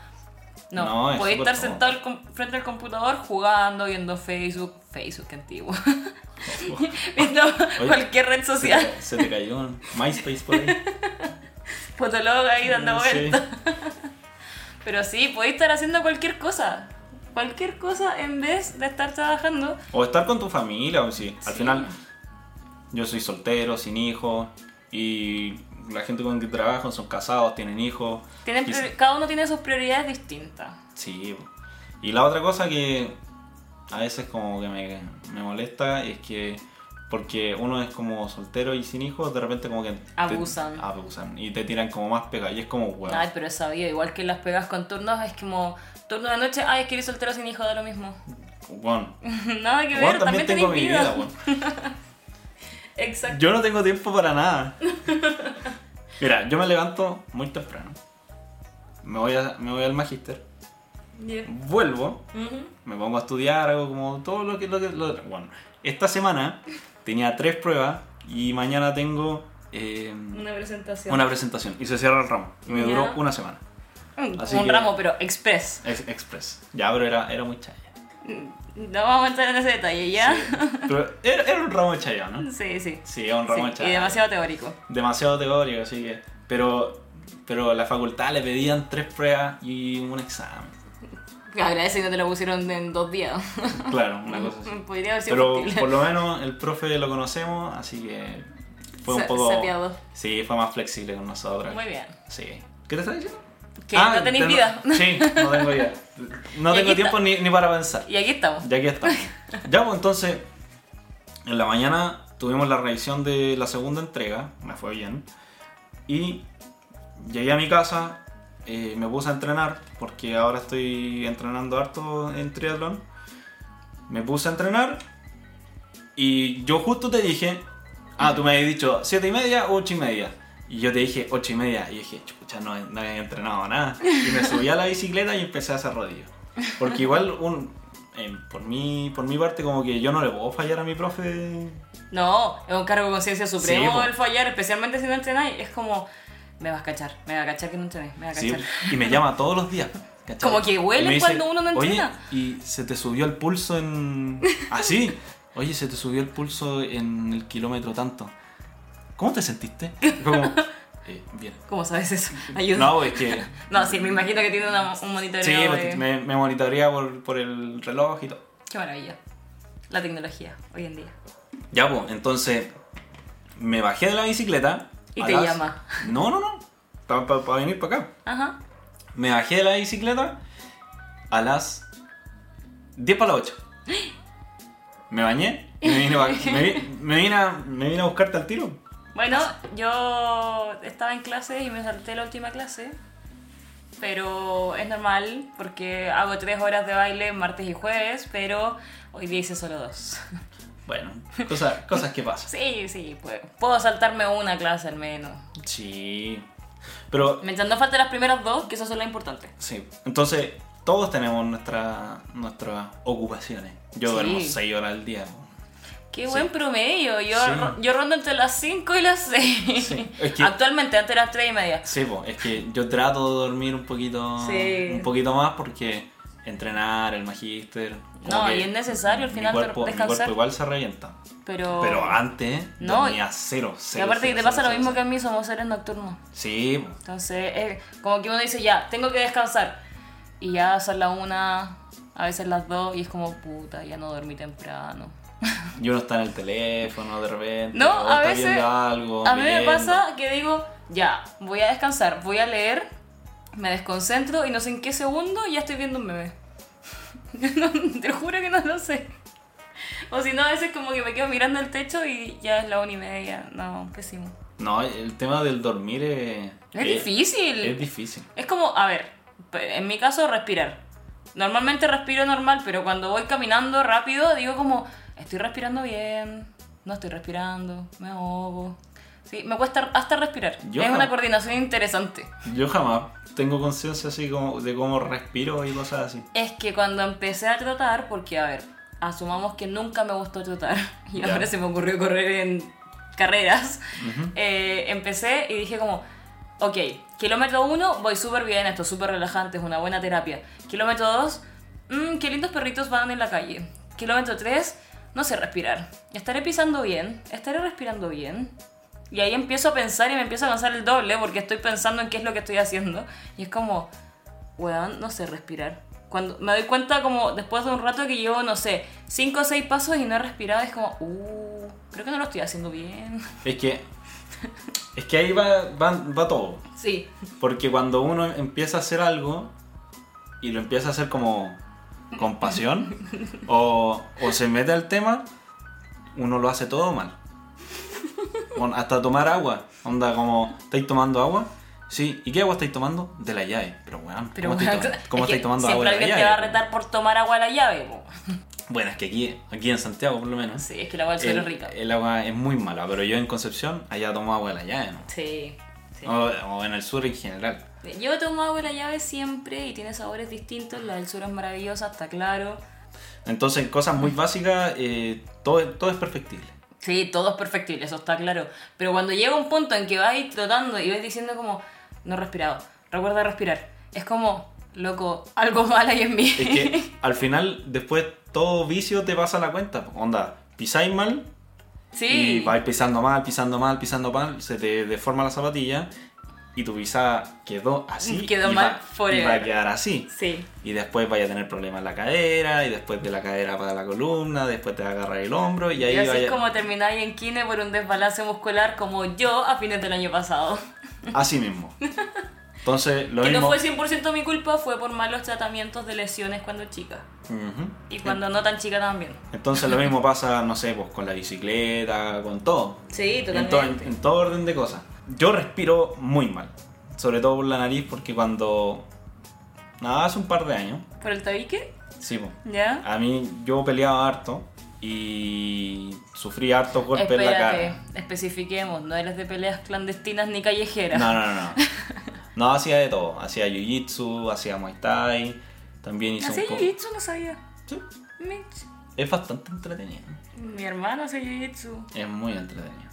No, No, es podéis súper estar sentado al com- frente al computador jugando, viendo Facebook. Facebook, (laughs) que antiguo. (laughs) viendo cualquier red Se social. te, se te cayó un MySpace por ahí. Fotolog (laughs) ahí dando Sí. vueltas. Pero sí, podéis estar haciendo cualquier cosa. Cualquier cosa en vez de estar trabajando. O estar con tu familia, o si al Sí. final yo soy soltero, sin hijos, y la gente con que trabajan son casados, tienen hijos. Tienen Y- priori- cada uno tiene sus prioridades distintas. Sí. po. Y la otra cosa que a veces como que me, me molesta es que porque uno es como soltero y sin hijos, de repente como que... te- Abusan. abusan. Y te tiran como más pega. Y es como, weón. Ay, pero esa vida, igual que las pegas con turnos, es como turno de la noche, ay, es que eres soltero sin hijo, da lo mismo. (laughs) weón, Nada que weón, ver, también, tengo mi tenés vida, vida. weón. (laughs) Exacto. Yo no tengo tiempo para nada. (laughs) Mira, yo me levanto muy temprano. Me voy, a- me voy al magíster. Yeah. Vuelvo. Ujú. me pongo a estudiar, hago como todo lo que... Lo que lo- bueno, esta semana tenía tres pruebas y mañana tengo eh, Una presentación. una presentación y se cierra el ramo. Y me Ya. duró una semana. Mm, así un que- ramo, pero express. Es express. Ya, pero era, era muy chaya. No vamos a entrar en ese detalle, ¿ya? Pero era, era un ramo de chaya, ¿no? (laughs) Sí, sí. Sí, era un Sí, ramo de chaya. y demasiado teórico. Demasiado teórico, así que... Pero, pero la facultad le pedían tres pruebas y un examen. Agradece que no te lo pusieron en dos días. Claro, una cosa (laughs) así. Podría haber sido Pero factible. por lo menos el profe lo conocemos, así que fue (laughs) un Sa- poco... sapiado. Sí, fue más flexible con nosotros. Muy bien. Sí. ¿Qué te está diciendo? Que Ah, no tenéis tengo- vida. Sí, no tengo (laughs) vida. No Y tengo aquí está. tiempo ni, ni para pensar. (laughs) Y aquí estamos. Ya que está. Ya, pues entonces, en la mañana tuvimos la revisión de la segunda entrega, me fue bien. Y llegué a mi casa, eh, me puse a entrenar, porque ahora estoy entrenando harto en triatlón. Me puse a entrenar y yo justo te dije, ah, tú me habías dicho 7 y media o 8 y media. Y yo te dije 8 y media y dije, chucha, no, no había entrenado nada. Y me subí a la bicicleta y empecé a hacer rodillo. Porque igual, un, eh, por, mi, por mi parte, como que yo no le puedo fallar a mi profe. No, es un cargo de conciencia supremo po. el fallar, especialmente si no entrenáis. Es como, me vas a cachar, me vas a cachar que no entrenáis, me vas a ¿sí? cachar. Y me llama todos los días. ¿cachai? Como que huele Y me cuando uno no entrena. Oye, y se te subió el pulso (laughs) en... Así. Oye, se te subió el pulso en el kilómetro tanto. ¿Cómo te sentiste? Y fue (laughs) como, eh, bien. ¿Cómo sabes eso? Ayuda. No, (laughs) No, es que... sí, me imagino que tiene una- un monitoreo. Sí, de- me, me monitorea por, por el reloj y todo. Qué maravilla. La tecnología, hoy en día. Ya, pues, entonces me bajé de la bicicleta. Y a te llama. No, no, no. Para venir para acá. Ajá. Me bajé de la bicicleta a las 10 para las 8. Me bañé y me vine, (laughs) pa- me vi- me vine a, me vine a buscarte al tiro. Bueno, yo estaba en clase y me salté la última clase. Pero es normal porque hago tres horas de baile martes y jueves, pero hoy día hice solo dos. (laughs) Bueno, cosas, cosas que pasan. Sí, sí, puedo, puedo saltarme una clase al menos. Sí. Pero, Mientras no falten las primeras dos, que esas son las importantes. sí. Entonces, todos tenemos nuestra, nuestras ocupaciones. Yo Sí. duermo 6 horas al día. Qué Sí. buen promedio. Yo, Sí. ro- yo rondo entre las 5 y las (laughs) 6. Sí, es que- Actualmente, antes las 3 y media. Sí, po, es que yo trato de dormir un poquito, Sí. un poquito más porque entrenar, el magíster. como No, que y es necesario al mi final cuerpo- mi descansar. cuerpo igual se revienta. Pero. Pero antes No, dormía cero, y cero, aparte que cero, te cero, pasa lo cero, mismo que a cero. mí, somos seres nocturnos. Sí, po. Entonces, es como que uno dice, ya, tengo que descansar. Y ya son las una, a veces las dos, y es como, puta, ya no dormí temprano. y uno está en el teléfono de repente. No, o a está veces- viendo algo, A mí me leyendo. pasa que digo, ya, voy a descansar, voy a leer, me desconcentro y no sé en qué segundo ya estoy viendo un meme. (laughs) No, te juro que no lo sé. O si no, a veces como que me quedo mirando el techo y ya es la una y media. No, pésimo. No, el tema del dormir es. Es difícil. Es difícil. Es como, a ver, en mi caso respirar. Normalmente respiro normal, pero cuando voy caminando rápido digo como, estoy respirando bien, no estoy respirando, me ahogo. Sí, me cuesta hasta respirar. Yo es no. una coordinación interesante. Yo jamás tengo conciencia así como de cómo respiro y cosas así. Es que cuando empecé a trotar, porque a ver, asumamos que nunca me gustó trotar (laughs) y Ya. ahora se me ocurrió correr en carreras, eh, empecé y dije como, ok, kilómetro 1 voy súper bien, esto es súper relajante, es una buena terapia. Kilómetro 2, mmm, qué lindos perritos van en la calle. Kilómetro 3, no sé respirar. Estaré pisando bien, estaré respirando bien. Y ahí empiezo a pensar y me empiezo a cansar el doble porque estoy pensando en qué es lo que estoy haciendo. Y es como, weón, no sé respirar. Cuando me doy cuenta como después de un rato que llevo, no sé, 5 o 6 pasos y no he respirado, es como, uh, creo que no lo estoy haciendo bien. Es que. Es que ahí va, va, va todo. (laughs) Sí. Porque cuando uno empieza a hacer algo y lo empieza a hacer como con (laughs) pasión o, o se mete al tema, uno lo hace todo mal. Bueno, hasta tomar agua. Onda, como, ¿estáis tomando agua? Sí, ¿y qué agua estáis tomando? De la llave. Pero, weón, Pero ¿cómo estáis, to- (laughs) bueno, cómo es que estáis tomando agua de siempre la alguien llave? te va a retar por tomar agua a la llave. po. (laughs) Bueno, es que aquí, aquí en Santiago, por lo menos, Sí, es que el agua del suelo el, es rica. el agua es muy mala. Pero yo en Concepción, allá tomo agua de la llave, ¿no? Sí. sí. O, o en el sur en general. Yo tomo agua de la llave siempre y tiene sabores distintos. La del sur es maravillosa, está claro. Entonces, en cosas muy básicas, eh, todo, todo es perfectible. Sí, todo es perfectible, eso está claro. Pero cuando llega un punto en que vais trotando y vais diciendo como, no he respirado, recuerda respirar. Es como, loco, algo (laughs) mal hay en mí. Es que al final, después, todo vicio te pasa la cuenta. po. Onda, pisáis mal, (laughs) sí. Y vais pisando mal, pisando mal, pisando mal, se te deforma la zapatilla y tu visa quedó así. Quedó y mal va- forever. Y va a quedar así. Sí. Y después vaya a tener problemas en la cadera, y después de la cadera para la columna, después te va a agarrar el hombro y Y, ahí así vaya... es como termináis en Kine por un desbalance muscular como yo a fines del año pasado. Así (laughs) mismo. Entonces, lo que mismo... no fue 100% mi culpa, fue por malos tratamientos de lesiones cuando chica. Ujú. Y cuando no tan chica también. Entonces lo mismo pasa, no sé, pues con la bicicleta, con todo. Sí, En todo, en todo orden de cosas. Yo respiro muy mal. Sobre todo por la nariz, porque cuando... Nada, hace un par de años. ¿Por el tabique? Sí, pues. ¿Ya? A mí yo peleaba harto y sufrí harto golpe en la cara. especifiquemos, no eres de peleas clandestinas ni callejeras. No, no, no, no. No hacía de todo. Hacía jiu-jitsu, hacía muay thai. También hice ¿Hacía un poco. jiu-jitsu? No sabía. Sí, Mitch. Es bastante entretenido. Mi hermano hace jiu-jitsu. Es muy entretenido.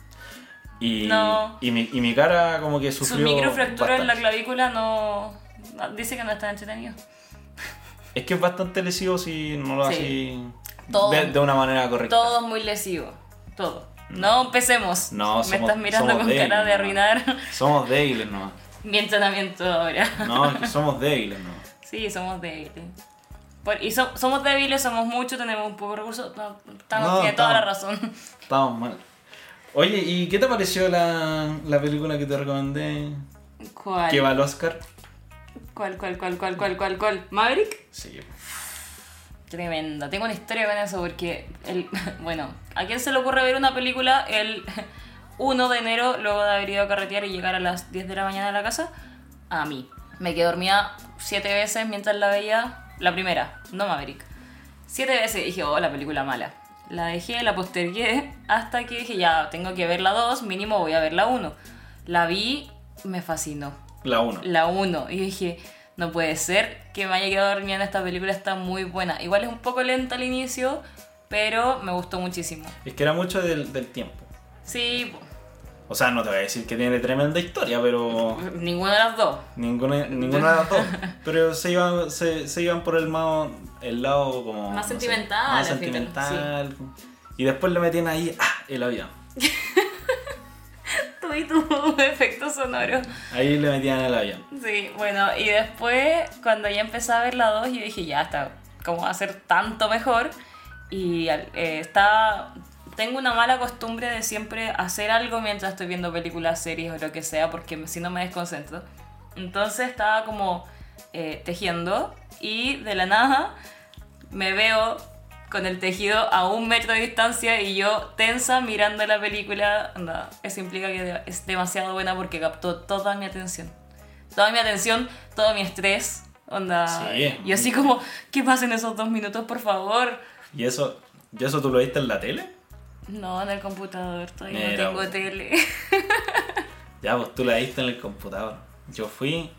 Y, No. y, mi, y mi cara como que Sus sufrió. microfracturas en la bastante. clavícula no... no- Dice que no está entretenido. Es que es bastante lesivo si no lo Sí. así Todo. de, de una manera correcta. Todo es muy lesivo. Todo. No empecemos. No, Me somos- estás mirando somos con débiles, cara de no. arruinar (laughs) Somos débiles nomás. mi entrenamiento ahora. No, es que somos débiles nomás. (laughs) Sí, somos débiles. Por- y so- somos débiles, somos muchos, tenemos un poco de recursos. No, estamos, No, tiene toda la estamos. razón. (laughs) Estábamos mal. Oye, ¿y qué te pareció la, la película que te recomendé? ¿Cuál? ¿Que va al Oscar? ¿Cuál, cuál, cuál, cuál, cuál, cuál, cuál? ¿Maverick? Sí. Tremenda. Tengo una historia con eso porque, el, (laughs) bueno, ¿a quién se le ocurre ver una película el (laughs) 1 de enero luego de haber ido a carretear y llegar a las 10 de la mañana a la casa? A mí. Me quedé dormida siete veces mientras la veía la primera, no Maverick. Siete veces dije, oh, la película mala. La dejé, la postergué hasta que dije, ya, tengo que ver la 2, mínimo voy a ver la 1. La vi, me fascinó La 1. la 1. Y dije, no puede ser que me haya quedado dormida en esta película, está muy buena. Igual es un poco lenta al inicio, pero me gustó muchísimo. Es que era mucho del, del tiempo. Sí, O sea, no te voy a decir que tiene tremenda historia, pero ninguna de las dos. ninguna, ninguna de las (laughs) dos. Pero se iban, se, se iban por el, mao- el lado como... Más no sé, sentimental, más al final, sentimental. Y después le metían ahí ¡ah! el avión. Tú y tu (laughs) efecto sonoro. Ahí le metían el avión. Sí, bueno, y después cuando ya empecé a ver la 2, yo dije, ya está, ¿cómo va a ser tanto mejor? Y al- eh, está... Tengo una mala costumbre de siempre hacer algo mientras estoy viendo películas, series o lo que sea, porque me- si no me desconcentro. Entonces estaba como eh, tejiendo y de la nada me veo con el tejido a un metro de distancia y yo tensa mirando la película. Anda, eso implica que es demasiado buena porque captó toda mi atención toda mi atención, todo mi estrés. Onda. Sí. y así como, ¿qué pasa en esos dos minutos, por favor? ¿Y eso, ¿y eso tú lo viste en la tele? No, en el computador, todavía Mira, no tengo bueno. tele. (laughs) Ya, pues tú la viste en el computador. Yo fui,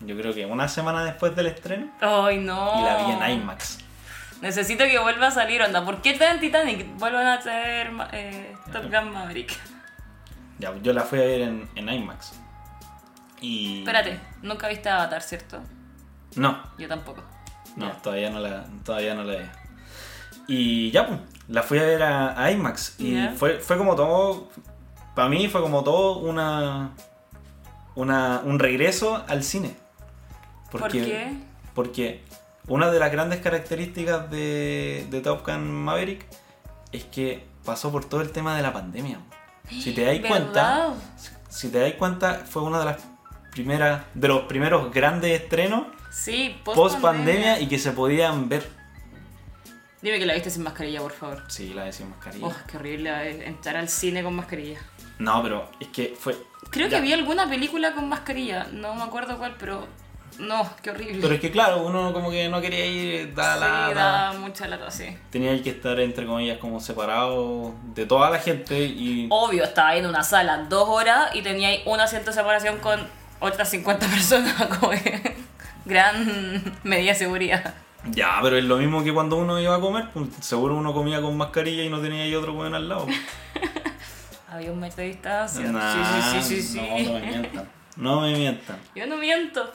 yo creo que una semana después del estreno Ay, no. y la Oh. vi en IMAX. Necesito que vuelva a salir, onda. ¿Por qué traen Titanic? Vuelvan a traer ma- eh, Top Gun Maverick. Ya, pues yo la fui a ver en, en IMAX. Y. Espérate, nunca viste Avatar, ¿cierto? No, Yo tampoco. no, Ya. todavía no la, todavía no la vi. Y ya, pues, la fui a ver a, a IMAX. Y Ya. fue, fue como todo. Para mí fue como todo una, una. un regreso al cine. ¿Por Porque- qué? Porque una de las grandes características de, de Top Gun Maverick es que pasó por todo el tema de la pandemia. Si te dais cuenta, ¿Verdad? si te dais cuenta, fue una de las primeras, de los primeros grandes estrenos Sí, post, post pandemia. pandemia y que se podían ver. Dime que la viste sin mascarilla, por favor. Sí, la decimos cariño. Oh, qué horrible eh, entrar al cine con mascarilla. No, pero es que fue. Creo ya. que vi alguna película con mascarilla, no me acuerdo cuál, pero no, qué horrible. Pero es que claro, uno como que no quería ir, da sí, lata. da mucha lata, sí. Tenía que estar entre comillas como separado de toda la gente y. Obvio, estaba ahí en una sala dos horas y tenía ahí un asiento de separación con otras 50 personas, (laughs) como que gran medida de seguridad. Ya, pero es lo mismo que cuando uno iba a comer, pues, seguro uno comía con mascarilla y no tenía ahí otro weón al lado. Había un metro de distancia. Nah, (laughs) sí, sí, sí, sí, sí. No, no me mientan. No me mientan. Yo no miento.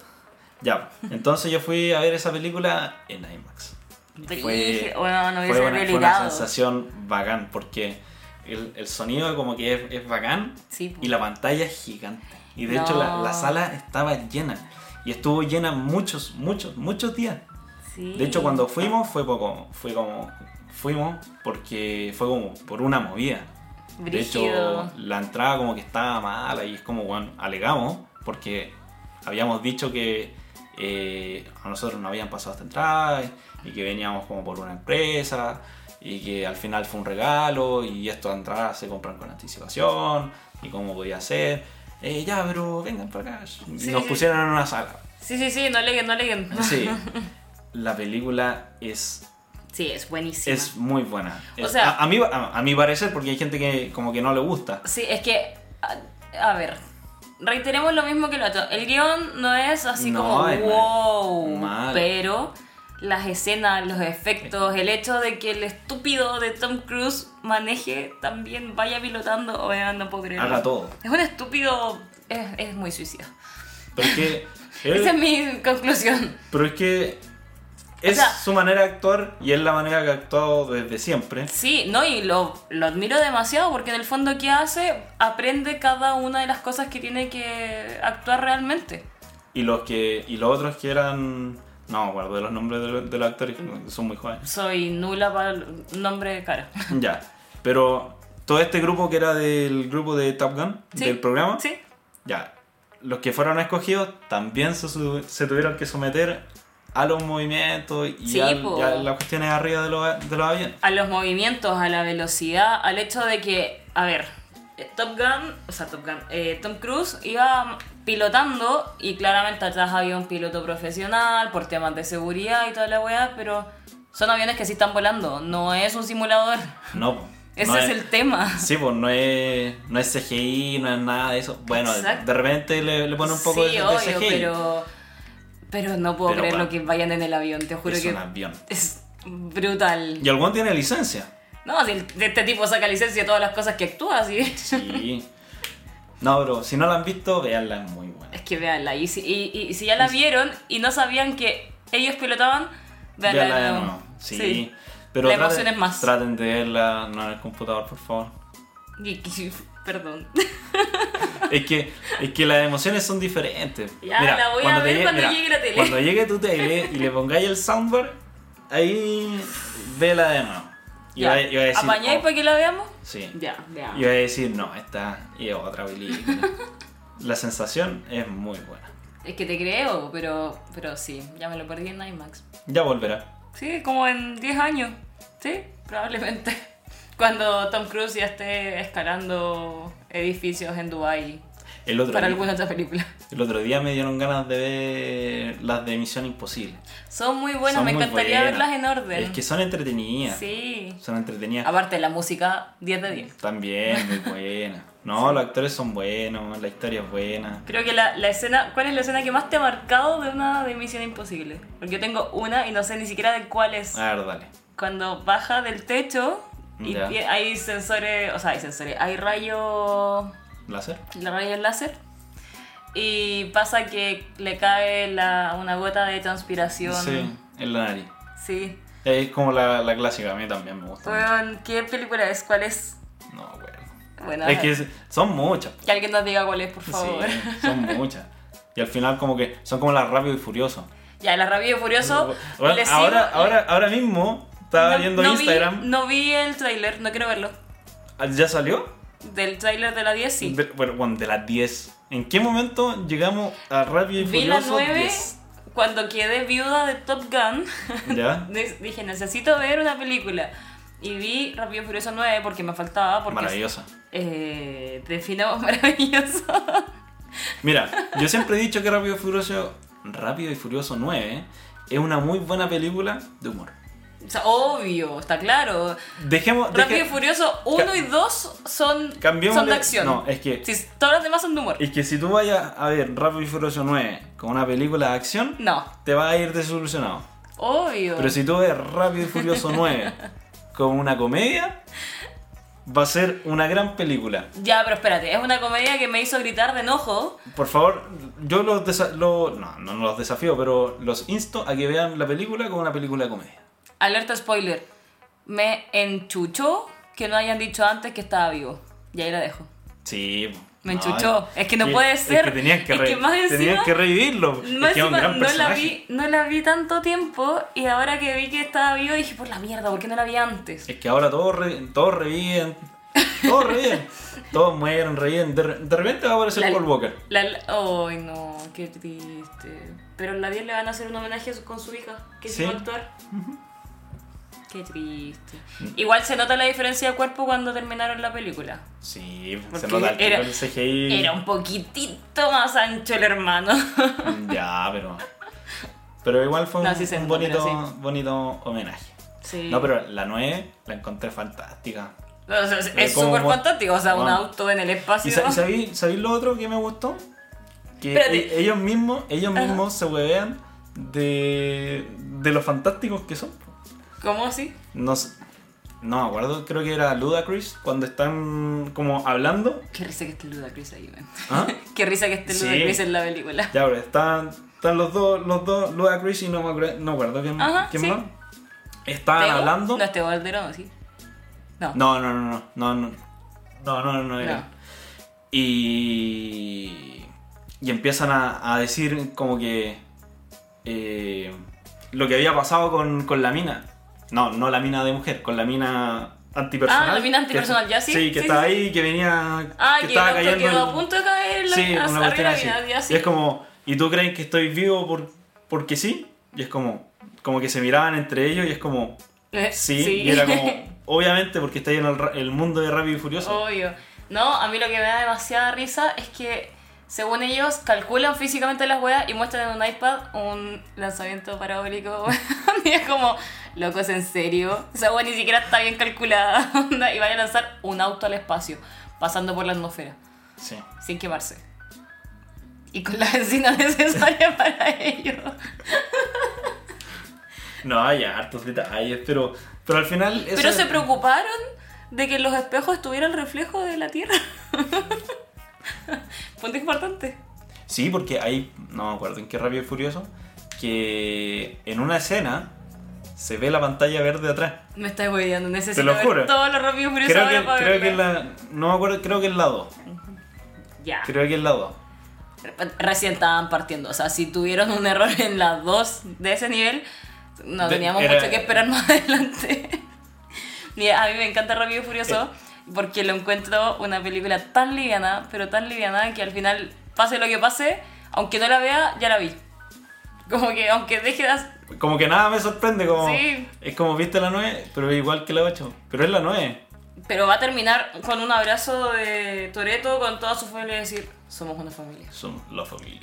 Ya, entonces yo fui a ver esa película en IMAX. Y Dije, bueno, no hubiese fue, una, fue una habilitado. sensación bacán porque el, el sonido como que es, es bacán Sí, pues. po. y la pantalla es gigante. Y de hecho la, No. la sala estaba llena. Y estuvo llena muchos, muchos, muchos días. Sí. De hecho cuando fuimos fue poco, fue como, fuimos porque fue como por una movida. De Brígido. hecho, la entrada como que estaba mala y es como, bueno, alegamos porque habíamos dicho que eh, a nosotros no habían pasado esta entrada y que veníamos como por una empresa y que al final fue un regalo y estas entradas se compran con anticipación y cómo podía ser. Eh, ya, pero vengan para acá. Y Sí, nos sí. pusieron en una (laughs) sala. Sí, sí, sí, no leguen, no leguen. Sí. La película es, Sí, es buenísimo. es muy buena. O Es- sea- a, a mí, a- a mi parecer, porque hay gente que como que no le gusta. Sí, es que. A, a ver. Reiteremos lo mismo que el otro. El guión no es así No, como es mal. wow. Mal. Pero las escenas, los efectos, el hecho de que el estúpido de Tom Cruise maneje también vaya pilotando. O no puedo creerlo. Haga todo. Es un estúpido. Es, es muy suicida. Pero es (laughs) que. Esa es él- mi conclusión. pero es que. Es sea- su manera de actuar y es la manera que ha actuado desde siempre. Sí, no, y lo, lo admiro demasiado porque en el fondo, ¿qué hace? Aprende cada una de las cosas que tiene que actuar realmente. Y los que. Y los otros que eran. No, guardo los nombres de los, de los actores, que son muy jóvenes. (laughs) Soy nula para el nombre de cara. Ya. Pero todo este grupo que era del grupo de Top Gun, Sí, del programa, Sí, ya. Los que fueron escogidos también se, su- se tuvieron que someter a los movimientos y Sí, al- po. y a las cuestiones arriba de los, de los aviones. a los movimientos, a la velocidad, al hecho de que, a ver, eh, Top Gun, o sea, Top Gun, eh, Tom Cruise iba pilotando y claramente atrás había un piloto profesional por temas de seguridad y toda la weá, pero son aviones que sí están volando, no es un simulador. No, po. Ese No es el tema. Sí, pues no es, no es CGI, no es nada de eso. Bueno, Exacto. de repente le, le pone un poco sí, de, de obvio, CGI. pero pero no puedo Pero creer va. lo que vayan en el avión, te juro es que un avión. es brutal. Y algún tiene licencia. No, si el- este tipo saca licencia de todas las cosas que (laughs) actúa, así. (laughs) Sí. No, pero si no la han visto, veanla, es muy buena. Es que véanla. Y si, y- y si ya la vieron y no sabían que ellos pilotaban, véanla. Véanla de de nuevo. nuevo. Sí. Pero La traten, emoción es más. traten de verla, no en el computador, por favor. Y- y- (laughs) perdón. Es que, es que las emociones son diferentes. (laughs) Ya, la voy a ver te cuando llegue la tele. Cuando llegue tu (laughs) tele y le pongáis el soundbar, ahí vela de nuevo. Y Ya. va- y va a decir, ¿Apañáis oh, para que la veamos? Sí. Ya, veamos. Y voy a decir, no, esta es otra película. La sensación es muy buena. Es que te creo, pero, pero sí, ya me lo perdí en IMAX. Ya volverá. Sí, como en 10 años. Sí, probablemente. (laughs) Cuando Tom Cruise ya esté escalando edificios en Dubai El otro, para día, alguna otra película. el otro día me dieron ganas de ver las de Misión Imposible. Son muy buenas, Son me muy encantaría buenas. verlas en orden. Es que son entretenidas. Sí. Son entretenidas. Aparte, la música 10 de 10. También, (laughs) muy buenas. No, los actores son buenos, la historia es buena. Creo que la, la escena, ¿cuál es la escena que más te ha marcado de una de Misión Imposible? Porque yo tengo una y no sé ni siquiera de cuál es. A ver, dale. Cuando baja del techo y Ya. tie- hay sensores, o sea, hay sensores, hay rayos, ¿Láser? rayos láser. Y pasa que le cae la, una gota de transpiración. Sí, en la nariz. Sí. Es como la, la clásica, a mí también me gusta. mucho. Weón, ¿Qué película es? ¿Cuál es? No, bueno. Bueno, Es que es- son muchas. que alguien nos diga cuál es, por favor. Sí, son muchas. Y al final como que son como las rápido y furioso. Ya, la rabia y furioso. Bueno, le sigo- ahora, ahora, ahora mismo estaba viendo no vi- Instagram. Ah, no vi el tráiler, no quiero verlo. ¿Ya salió? Del tráiler de la 10, sí. De- bueno, bueno, de las 10. ¿En qué momento llegamos a Rápido y Vi la Furioso 9 10? cuando quedé viuda de Top Gun. (laughs) ¿Ya? Des- Dije, necesito ver una película. Y vi Rápido y Furioso 9 porque me faltaba. Porque Maravillosa. Eh, definamos (laughs) maravilloso. Mira, yo siempre he dicho que Rápido y Furioso, Rápido y Furioso 9 es una muy buena película de humor. O sea, obvio, está claro. Dejemos. deje- Rápido y Furioso 1 y 2 son, son Cambiémosle- de acción. no, es que- Sí, todas las demás son de humor. Es que si tú vayas a ver Rápido y Furioso 9 con una película de acción, No, te vas a ir desilusionado. obvio. Pero si tú ves Rápido y (laughs) Furioso 9 con una comedia, va a ser una gran película. Ya, pero espérate, es una comedia que me hizo gritar de enojo. Por favor, yo los, desa- lo- no, no los desafío, pero los insto a que vean la película como una película de comedia. Alerta spoiler. Me enchuchó que no hayan dicho antes que estaba vivo. Y ahí la dejo. Sí. Me no, enchuchó. Es que no que- puede ser. Es que tenían que, Es re- que más encima- tenían que revivirlo. No, es que es un encima, gran no la personaje. vi, no la vi tanto tiempo y ahora que vi que estaba vivo dije, por la mierda, ¿por qué no la vi antes? Es que ahora todos, re- todos reviven. Todos (laughs) reviven. todos mueren, reviven. De, re- de repente va a aparecer La- Paul Walker. La- la- Ay, no, qué triste. Pero en la 10 le van a hacer un homenaje a su- con su hija, que Sí. se va a actuar. Qué triste. Mm. Igual se nota la diferencia de cuerpo cuando terminaron la película. Sí, se Porque nota el, era- el CGI. Era un poquitito más ancho el hermano. (laughs) Ya, pero. Pero igual fue un, No, sí se un nota, pero bonito, bonito homenaje. Sí. Ah, No, pero la 9 la encontré fantástica. O sea, es- pero es como súper mo- fantástico, o sea, un Bueno. auto en el ¿Y espacio. sa- y sabí, sabí lo otro que me gustó? Que Espérate. e- ellos mismos, ellos Ajá. mismos se huevean de, de lo fantásticos que son. ¿Cómo así? No, sé- no me acuerdo, creo que era Ludacris cuando están como (laughs) hablando. Qué risa que esté Ludacris ahí, weón. (laughs) ¿Ah? Qué risa que esté Sí. Ludacris en la película. Ya, pero están, están los dos, los dos, Ludacris y no me acuerdo, no me acuerdo quién, Ajá, quién sí. más. Estaban ¿Tego? hablando. No, este Calderón, ¿sí? No. No, no, no, no, no, no, no, no, no, no era. No. Y, y empiezan a, a decir como que eh, lo que había pasado con, con la mina. No, no la mina de mujer, con la mina antipersonal. Ah, la mina que- antipersonal, ya, sí, Sí, que sí, estaba sí, ahí, que venía. Ah, que, el estaba auto cayendo quedó el- a punto de caer la, Sí, una arriba cuestión de así. la vida, sí. Y es como, ¿y tú crees que estoy vivo por, porque sí? Y es como, como que se miraban entre ellos y es como, Eh, sí. Y era (laughs) como, obviamente porque está ahí en el, ra- el mundo de Rápido y Furioso. Obvio. No, a mí lo que me da demasiada risa es que, según ellos, calculan físicamente las weas y muestran en un iPad un lanzamiento parabólico. (laughs) weón. y es como, loco, es en serio. Esa wea ni siquiera está bien calculada. (laughs) onda, y van a lanzar un auto al espacio, pasando por la atmósfera, Sí. sin quemarse. Y con la benzina (laughs) necesaria para ello. No, hay hartos detalles, pero, pero al final... eso Pero es- se preocuparon de que en los espejos tuviera el reflejo de la Tierra. (laughs) Punto importante. Sí, porque hay, no me acuerdo en qué Rápido y Furioso, que en una escena se ve la pantalla verde atrás. Me estás hueveando, necesito lo juro. ver todo lo rápido y furioso Creo ahora que, para creo que es verla. la... No me acuerdo, creo que es la 2. Ya. Creo que es la 2. Re- Recién estaban partiendo, o sea, si tuvieron un error en las dos de ese nivel, no De- teníamos era- mucho que esperar más (laughs) adelante. Mira, a mí me encanta Rápido y Furioso porque lo encuentro una película tan liviana, pero tan liviana que al final, pase lo que pase, aunque no la vea, ya la vi. Como que aunque deje de hacer- Como que nada me sorprende, como... Sí. Es como viste la 9, pero es igual que la 8. Pero es la 9. Pero va a terminar con un abrazo de Toreto con toda su familia y decir, somos una familia. Son la (laughs) familia.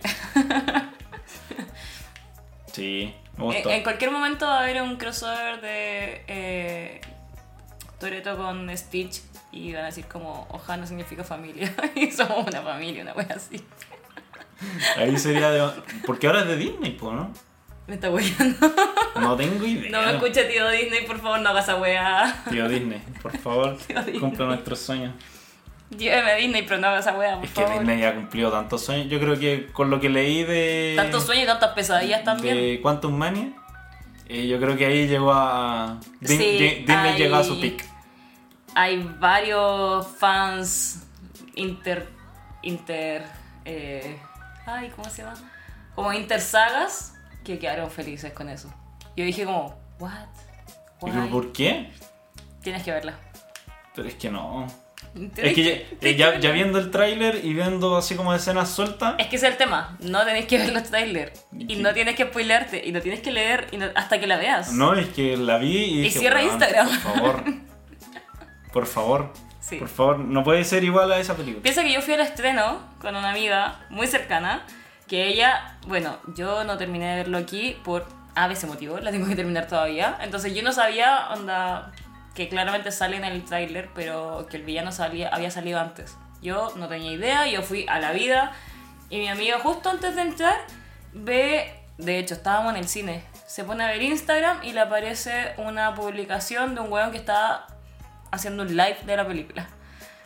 sí, me En, gustó. Eh, en cualquier momento va a haber un crossover de eh, Toreto con Stitch y van a decir como Oja no significa familia (laughs) y somos una familia, una wea así. Ahí sería de... Porque ahora es de Disney, po, ¿no? Me está weyando. No tengo idea. No me escucha tío Disney, por favor no haga esa wea. Tío Disney, por (laughs) favor, Disney. cumple nuestros sueños. Lléveme a Disney, pero no haga esa wea, por Es que favor. Disney ha cumplido tantos sueños. Yo creo que con lo que leí de. Tantos sueños y tantas pesadillas también. De Quantum Mania, eh, yo creo que ahí llegó a. Di- Sí, Di- Disney ahí- llegó a su pick. hay varios fans inter. inter. eh, ay, ¿cómo se llama? Como intersagas que quedaron felices con eso. Yo dije como, what? ¿Y pero Why?". por qué? Tienes que verla. Pero es que no. Es que ya, eh, ya- ya viendo el tráiler y viendo así como escenas sueltas, Es que ese es el tema. No tenés que ver los trailers. Y Sí. no tienes que spoilearte. Y no tienes que leer y no- hasta que la veas. no, es que la vi y. dije, cierra "Weón, Instagram". Por (laughs) favor. Por favor. Sí. Por favor, no puede ser igual a esa película. Piensa que yo fui al estreno con una amiga muy cercana, que ella, bueno, yo no terminé de verlo aquí por ABC motivo, la tengo que terminar todavía. Entonces yo no sabía, onda, que claramente sale en el tráiler, pero que el villano salía, había salido antes. Yo no tenía idea, yo fui a la vida y mi amiga justo antes de entrar ve, de hecho estábamos en el cine, se pone a ver Instagram y le aparece una publicación de un weón que está haciendo un live de la película.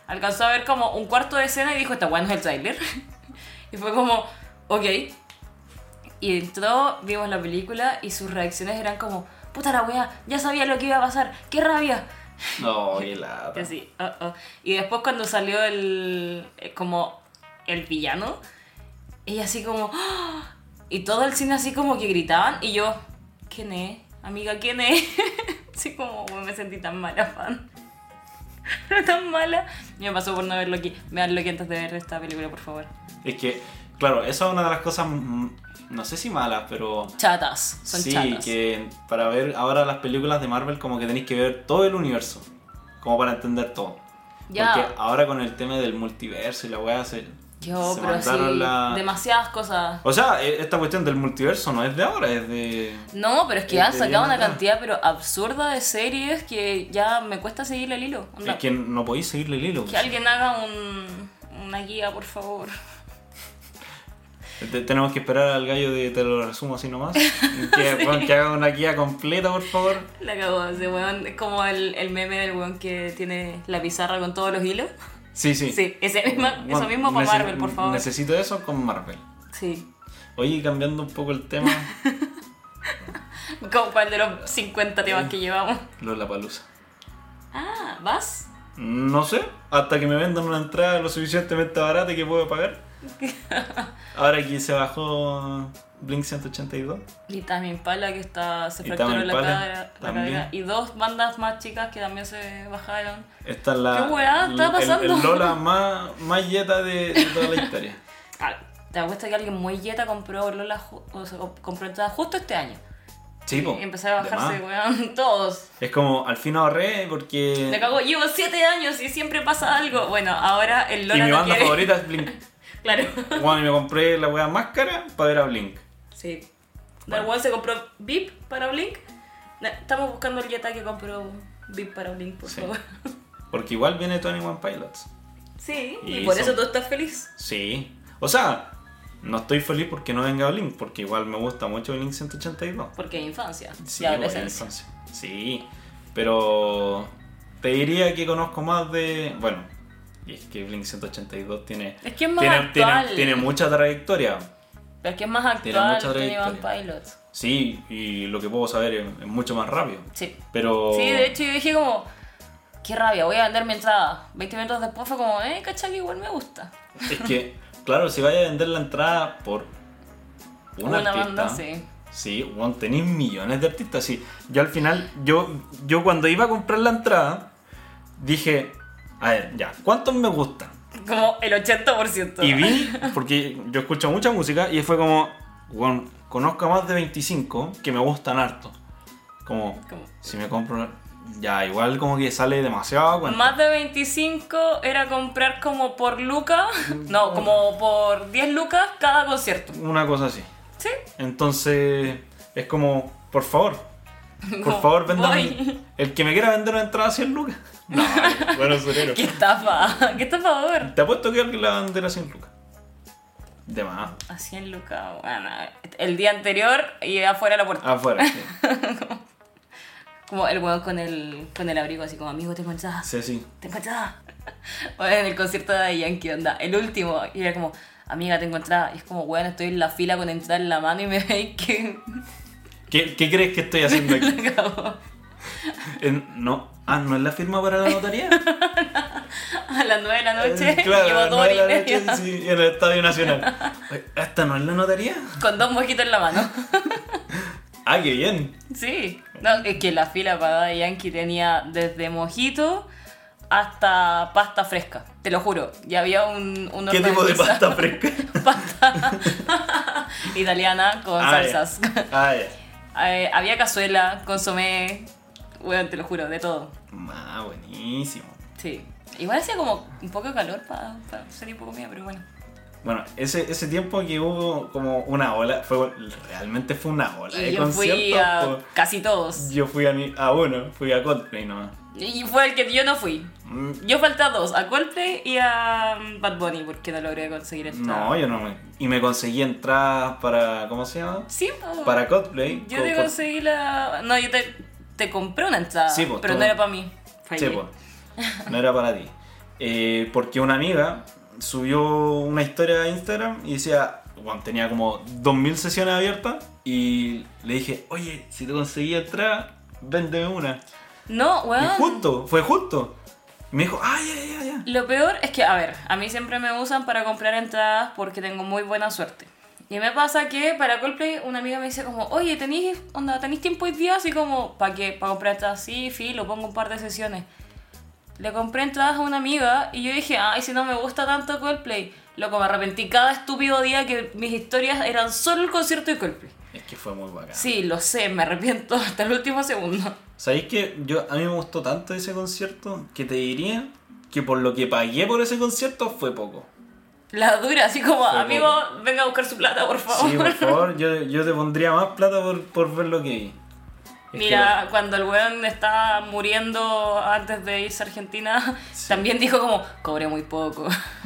Alcanzó a ver como un cuarto de escena y dijo, está bueno es el trailer. (laughs) y fue como, ok. Y entró, vimos la película y sus reacciones eran como, puta la wea, ya sabía lo que iba a pasar, qué rabia. No, qué lata. Y así, "Oh, oh". Y después cuando salió el, eh, como el villano, ella así como, "¡Ah!". y todo el cine así como que gritaban y yo, ¿quién es? Amiga, ¿quién es? (laughs) así como "Bueno, me sentí tan mala, fan. (laughs) Pero tan mala. Y Me pasó por no verlo aquí. Veanlo aquí antes de ver esta película, por favor. Es que, claro, esa es una de las cosas, mm, no sé si malas, pero Chatas, son sí, chatas. que para ver ahora las películas de Marvel como que tenéis que ver todo el universo, como para entender todo. Ya. Porque ahora con el tema del multiverso y la weá se, Yo, se pero mandaron así, la... demasiadas cosas. O sea, e- esta cuestión del multiverso no es de ahora, es de... No, pero es que Es han de sacado bien una atrás. cantidad pero absurda de series que ya me cuesta seguirle el hilo. Onda, Es que no podéis seguirle el hilo. Que alguien haga un, una guía, por favor. (laughs) Te- Tenemos que esperar al gallo de Te lo resumo así (laughs) nomás. Que, weón, que haga una guía completa, por favor. La cagó ese weón. Es como el, el meme del weón que tiene la pizarra con todos los hilos. Sí, sí. Sí, (laughs) ese misma- Bueno, eso mismo para nece- Marvel, por favor. Necesito eso con Marvel. Sí. Oye, y cambiando un poco el (laughs) tema, Como cuál de los 50 temas que llevamos. Lola Palusa. Ah, ¿vas? No sé, hasta que me vendan una entrada lo suficientemente barata que puedo (laughs) pagar. Ahora que se bajó Blink 182. Y Tame Impala que está, se Y fracturó Tame la Impala, cara, la también. cadera. Y dos bandas más chicas que también se bajaron. Esta es la. ¿Qué weá está el- el- El, pasando? Lola más, más yeta de, de toda la (laughs) historia. Ah, te apuesto que alguien muy yeta compró Lola ju- o sea, compró entradas justo este año. Sí, po, Y empezó a de más. bajarse, Eh. weón, (laughs) todos. Es como, al fin ahorré porque. Me cago, llevo 7 años y siempre pasa algo. Bueno, ahora el y Lola mi no banda quiere- favorita es Blink. (laughs) Claro. Bueno, y me compré la weá más cara para ver a Blink. Sí. Bueno. El weón se compró VIP para Blink. Na- Estamos buscando el Jetta que compró VIP para Blink, por Sí. favor. Porque igual viene Tony One Pilots. Sí, y, Y por son- eso tú estás feliz. Sí. O sea, no estoy feliz porque no venga Blink, porque igual me gusta mucho Blink 182. Porque es infancia. Sí, y bueno, adolescencia. entonces, Sí. Pero te diría que conozco más de. Bueno, y es que Blink 182 tiene. Es que es más tiene, actual. tiene- tiene mucha trayectoria. Pero es que es más Tiene actual mucha que Ivan trayectoria. Pilot. Sí, y lo que puedo saber es, es mucho más rápido. Sí. Pero. Sí, de hecho yo dije como, qué rabia, voy a vender mi entrada. 20 minutos después fue como, eh, cacha que igual me gusta. Es que, claro, si vaya a vender la entrada por un Una artista. banda, sí. Sí, weón, tenéis millones de artistas. Sí, yo al final, yo, yo cuando iba a comprar la entrada, dije, a ver, ya, ¿cuántos me gustan? Como el 80%. Y (laughs) vi, porque yo escucho mucha música, y fue como, weón, conozco a más de 25 que me gustan harto. Como, Como- si me compro, una- ya, igual como que sale demasiado a cuenta. Más de 25 era comprar como por lucas, (laughs) no, como por 10 lucas cada concierto. Una cosa así. Sí, Entonces, es como, por favor, por (laughs) No, favor, véndame. voy. El que me quiera vender una entrada a 100 lucas. No, bueno, (laughs) surero. qué estafa, (laughs) qué estafador. Te apuesto que alguien la va a vender a 100 lucas. De más. A 100 lucas, bueno, el día anterior y afuera de la puerta. Afuera. (laughs) Sí, Ah. Como el huevo con el, con el abrigo, así como, amigo, te entradas. sí. sí. ¿Te encontraba? (laughs) Bueno, en el concierto de Yankee, onda, el último. Y era como, amiga, te encontraba. Y es como, weón, estoy en la fila con entrada en la mano y me (laughs) veis que ¿Qué, qué crees que estoy haciendo aquí? (laughs) la cagó. En- no. Ah, ¿no es la firma para la (laughs) notaría? A las 9 de la noche Eh, claro, llevo a las dos horas nueve y de la noche, media sí, en el Estadio (laughs) Nacional. Oye, ¿Esta no es la notaría? con dos mojitos en la mano. (laughs) Ah, qué bien. Sí. No, es que la fila para Daddy Yankee tenía desde mojito hasta pasta fresca, te lo juro. Y había un, un ¿Qué horno tipo de pizza. pasta fresca? Pasta (laughs) italiana (laughs) con Ah, ya. salsas. Ah, ya. Eh, había cazuela, consomé, bueno, te lo juro, de todo. Ma, Ah, buenísimo. Sí. Igual hacía como un poco de calor para salir un poco mía, pero bueno. Bueno, ese, ese tiempo que hubo como una ola, fue realmente fue una ola de Y yo fui conciertos, a po. casi todos. Yo fui a, mi- a uno, fui a Coldplay nomás. Y fue el que yo no fui. Mm, Yo falté a dos, a Coldplay y a mm, Bad Bunny, porque no logré conseguir el No, yo no me... Y me conseguí entradas para... ¿Cómo se llama? Sí, po. Para Coldplay. Yo Co- te co- conseguí la. No, yo te, te compré una entrada. Sí, po, pero tú- no era para mí. Fallé. Sí, po. No era para ti. Eh, porque una amiga subió una historia a Instagram y decía, bueno, tenía como 2.000 sesiones abiertas y le dije, oye, si te conseguí entrada, véndeme una. No, Y weón. justo, fue justo. Y me dijo, ay, ya, ya, ya. Lo peor es que, a ver, a mí siempre me usan para comprar entradas porque tengo muy buena suerte. Y me pasa que para Coldplay una amiga me dice como, oye, ¿tenéis onda, tenéis tiempo hoy día? Así como, ¿para qué? ¿Para comprar entradas? Sí, filo, pongo un par de sesiones. Le compré entradas a una amiga y yo dije, ay, si no me gusta tanto Coldplay. Loco, me arrepentí cada estúpido día que mis historias eran solo el concierto de Coldplay. Es que fue muy bacán. Sí, lo sé, me arrepiento (laughs) hasta el último segundo. ¿Sabéis que yo, a mí me gustó tanto ese concierto que te diría que por lo que pagué por ese concierto fue poco. La dura, así como, Fue amigo, venga a buscar su plata, por favor. Sí, por favor, yo, yo te pondría más plata por, por ver lo que vi. Es que Mira, cuando el weón estaba muriendo antes de irse a Argentina, también dijo como, cobré muy poco. (laughs)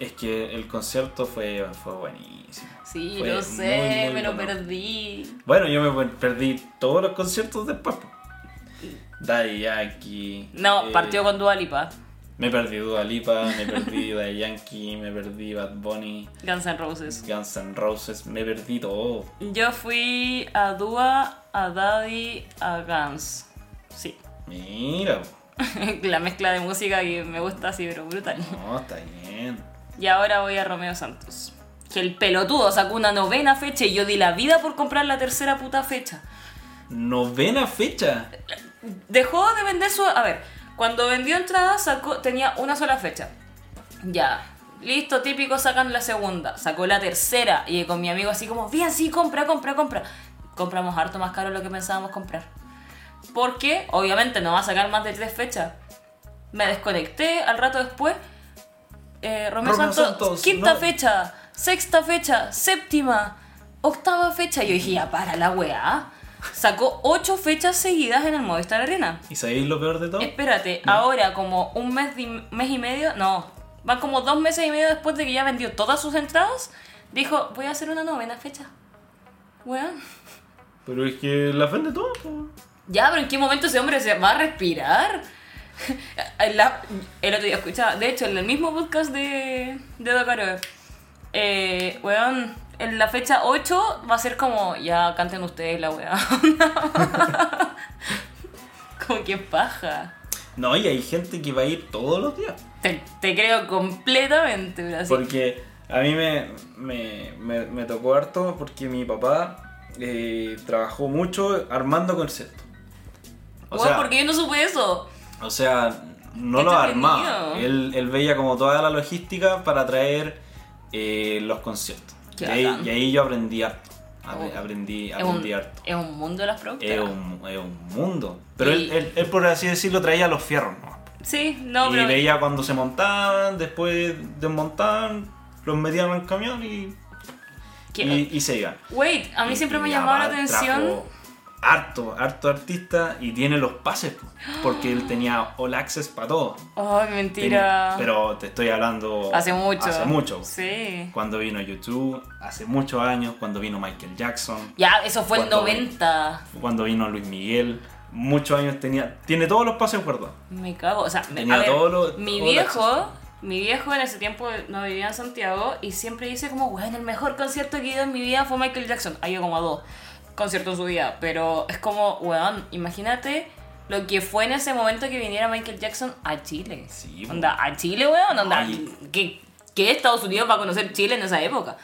Es que el concierto fue, fue buenísimo. Sí, Fue lo muy, sé, muy me lo bueno. perdí. Bueno, yo me per- perdí todos los conciertos después. po. Daddy Yankee. No, eh, partió con Dualipa, Me perdí Dua Lipa, me perdí (laughs) Daddy Yankee, me perdí Bad Bunny, Guns N' Roses. Guns N' Roses, me perdí todo. Yo fui a Dua, a Daddy, a Guns. Sí, (laughs) Mira, po. la mezcla de música que me gusta así, pero brutal. no, está bien. Y ahora voy a Romeo Santos. Que el pelotudo sacó una novena fecha y yo di la vida por comprar la tercera puta fecha. Novena fecha. Dejó de vender su... A ver, cuando vendió entradas sacó, tenía una sola fecha. Ya. Listo, típico, sacan la segunda. Sacó la tercera y con mi amigo así como, bien, sí, compra, compra, compra. Compramos harto más caro de lo que pensábamos comprar. Porque obviamente no va a sacar más de tres fechas. Me desconecté al rato después. eh, Romeo, Romeo Santos, Santos, quinta no. fecha, sexta fecha, séptima, octava fecha. Yo dije, ya para la weá. Sacó ocho fechas seguidas en el Movistar Arena. ¿Y sabéis lo peor de todo? Espérate, ahora como un mes, y- mes y medio, no, van como dos meses y medio después de que ya vendió todas sus entradas, dijo, voy a hacer una novena fecha. Weón. Pero es que la vende todo. po. Ya, pero ¿en qué momento ese hombre se va a respirar? (laughs) La- el otro día escuchaba, de hecho, en el mismo podcast de, de Docaro, eh, weón, en la fecha 8 va a ser como, ya canten ustedes la weá. (laughs) como que paja. No, y hay gente que va a ir todos los días. Te, te creo completamente, pero así. Porque a mí me, me, me- me tocó harto porque mi papá eh, trabajó mucho armando conciertos. O Weón, sea, ¿por qué yo no supe eso? o sea, no Qué lo entretenido. armaba. Él, él veía como toda la logística para traer eh, los conciertos. Y Qué ahí, bacán. y ahí yo aprendí harto. Apre- Oh. Aprendí, Es un, aprendí harto. es un mundo de las Es productoras. un, es un mundo. Pero Y- él, él- él, por así decirlo, traía los fierros. ¿no? Sí, no, y pero. veía cuando se montaban, después desmontaban, los metían al camión y, que- y, y se iban. Wait, a mí siempre me Y llamaba la Abad atención. trajo Harto, harto artista y tiene los pases, po, porque él tenía all access para todo. Ay, mentira. Tenía- pero te estoy hablando. hace mucho. Hace mucho. Sí. Cuando vino YouTube, hace muchos años, cuando vino Michael Jackson, Ya, eso fue el ¿Cuánto? 90. cuando vino Luis Miguel, muchos años tenía. Tiene todos los pases guardados. Me cago. O sea, me- Tenía a ver, todo lo- todo mi lo viejo, mi viejo en ese tiempo no vivía en Santiago y siempre dice como, bueno, el mejor concierto que he ido en mi vida fue Michael Jackson. Ha ido como a dos conciertos en su vida, pero es como, weón, imagínate lo que fue en ese momento que viniera Michael Jackson a Chile. Sí, po. Onda, a Chile, weón, onda, Ay. ¿qué, qué Estados Unidos va a conocer Chile en esa época?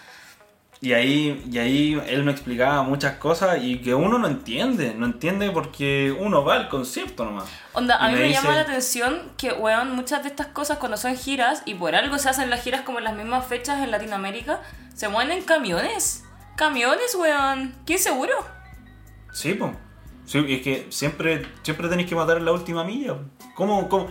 Y ahí, y ahí él me explicaba muchas cosas y que uno no entiende, no entiende porque uno va al concierto nomás. Onda, a Y mí me me llama la dice- atención que, weón, muchas de estas cosas cuando son giras, y por algo se hacen las giras como en las mismas fechas en Latinoamérica, se mueven en camiones. Camiones, weón. ¿Qué seguro? Sí, pues. Sí, es que siempre, siempre tenéis que matar la última milla. po. ¿Cómo, cómo?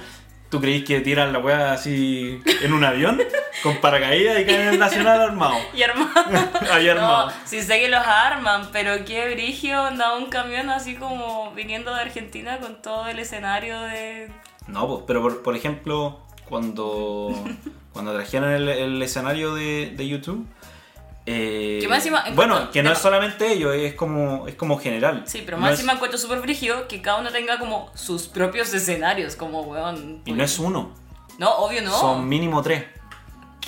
¿Tú creís que tiran la weá así en un avión? con paracaídas y caen en el nacional armado. Y (laughs) armados. Ahí armado. No, sí sé que los arman, pero qué brigio anda un camión así como viniendo de Argentina con todo el escenario de... No, pues, pero por, por ejemplo, cuando, (laughs) cuando trajeron el, el escenario de, de YouTube. eh, Que más encima- en bueno, cuanto- que no de- es solamente ellos, es como, es como general. Sí, pero No más es- encima encuentro súper brigio que cada uno tenga como sus propios escenarios, como, weón... Y no es uno, No, obvio no. son mínimo tres.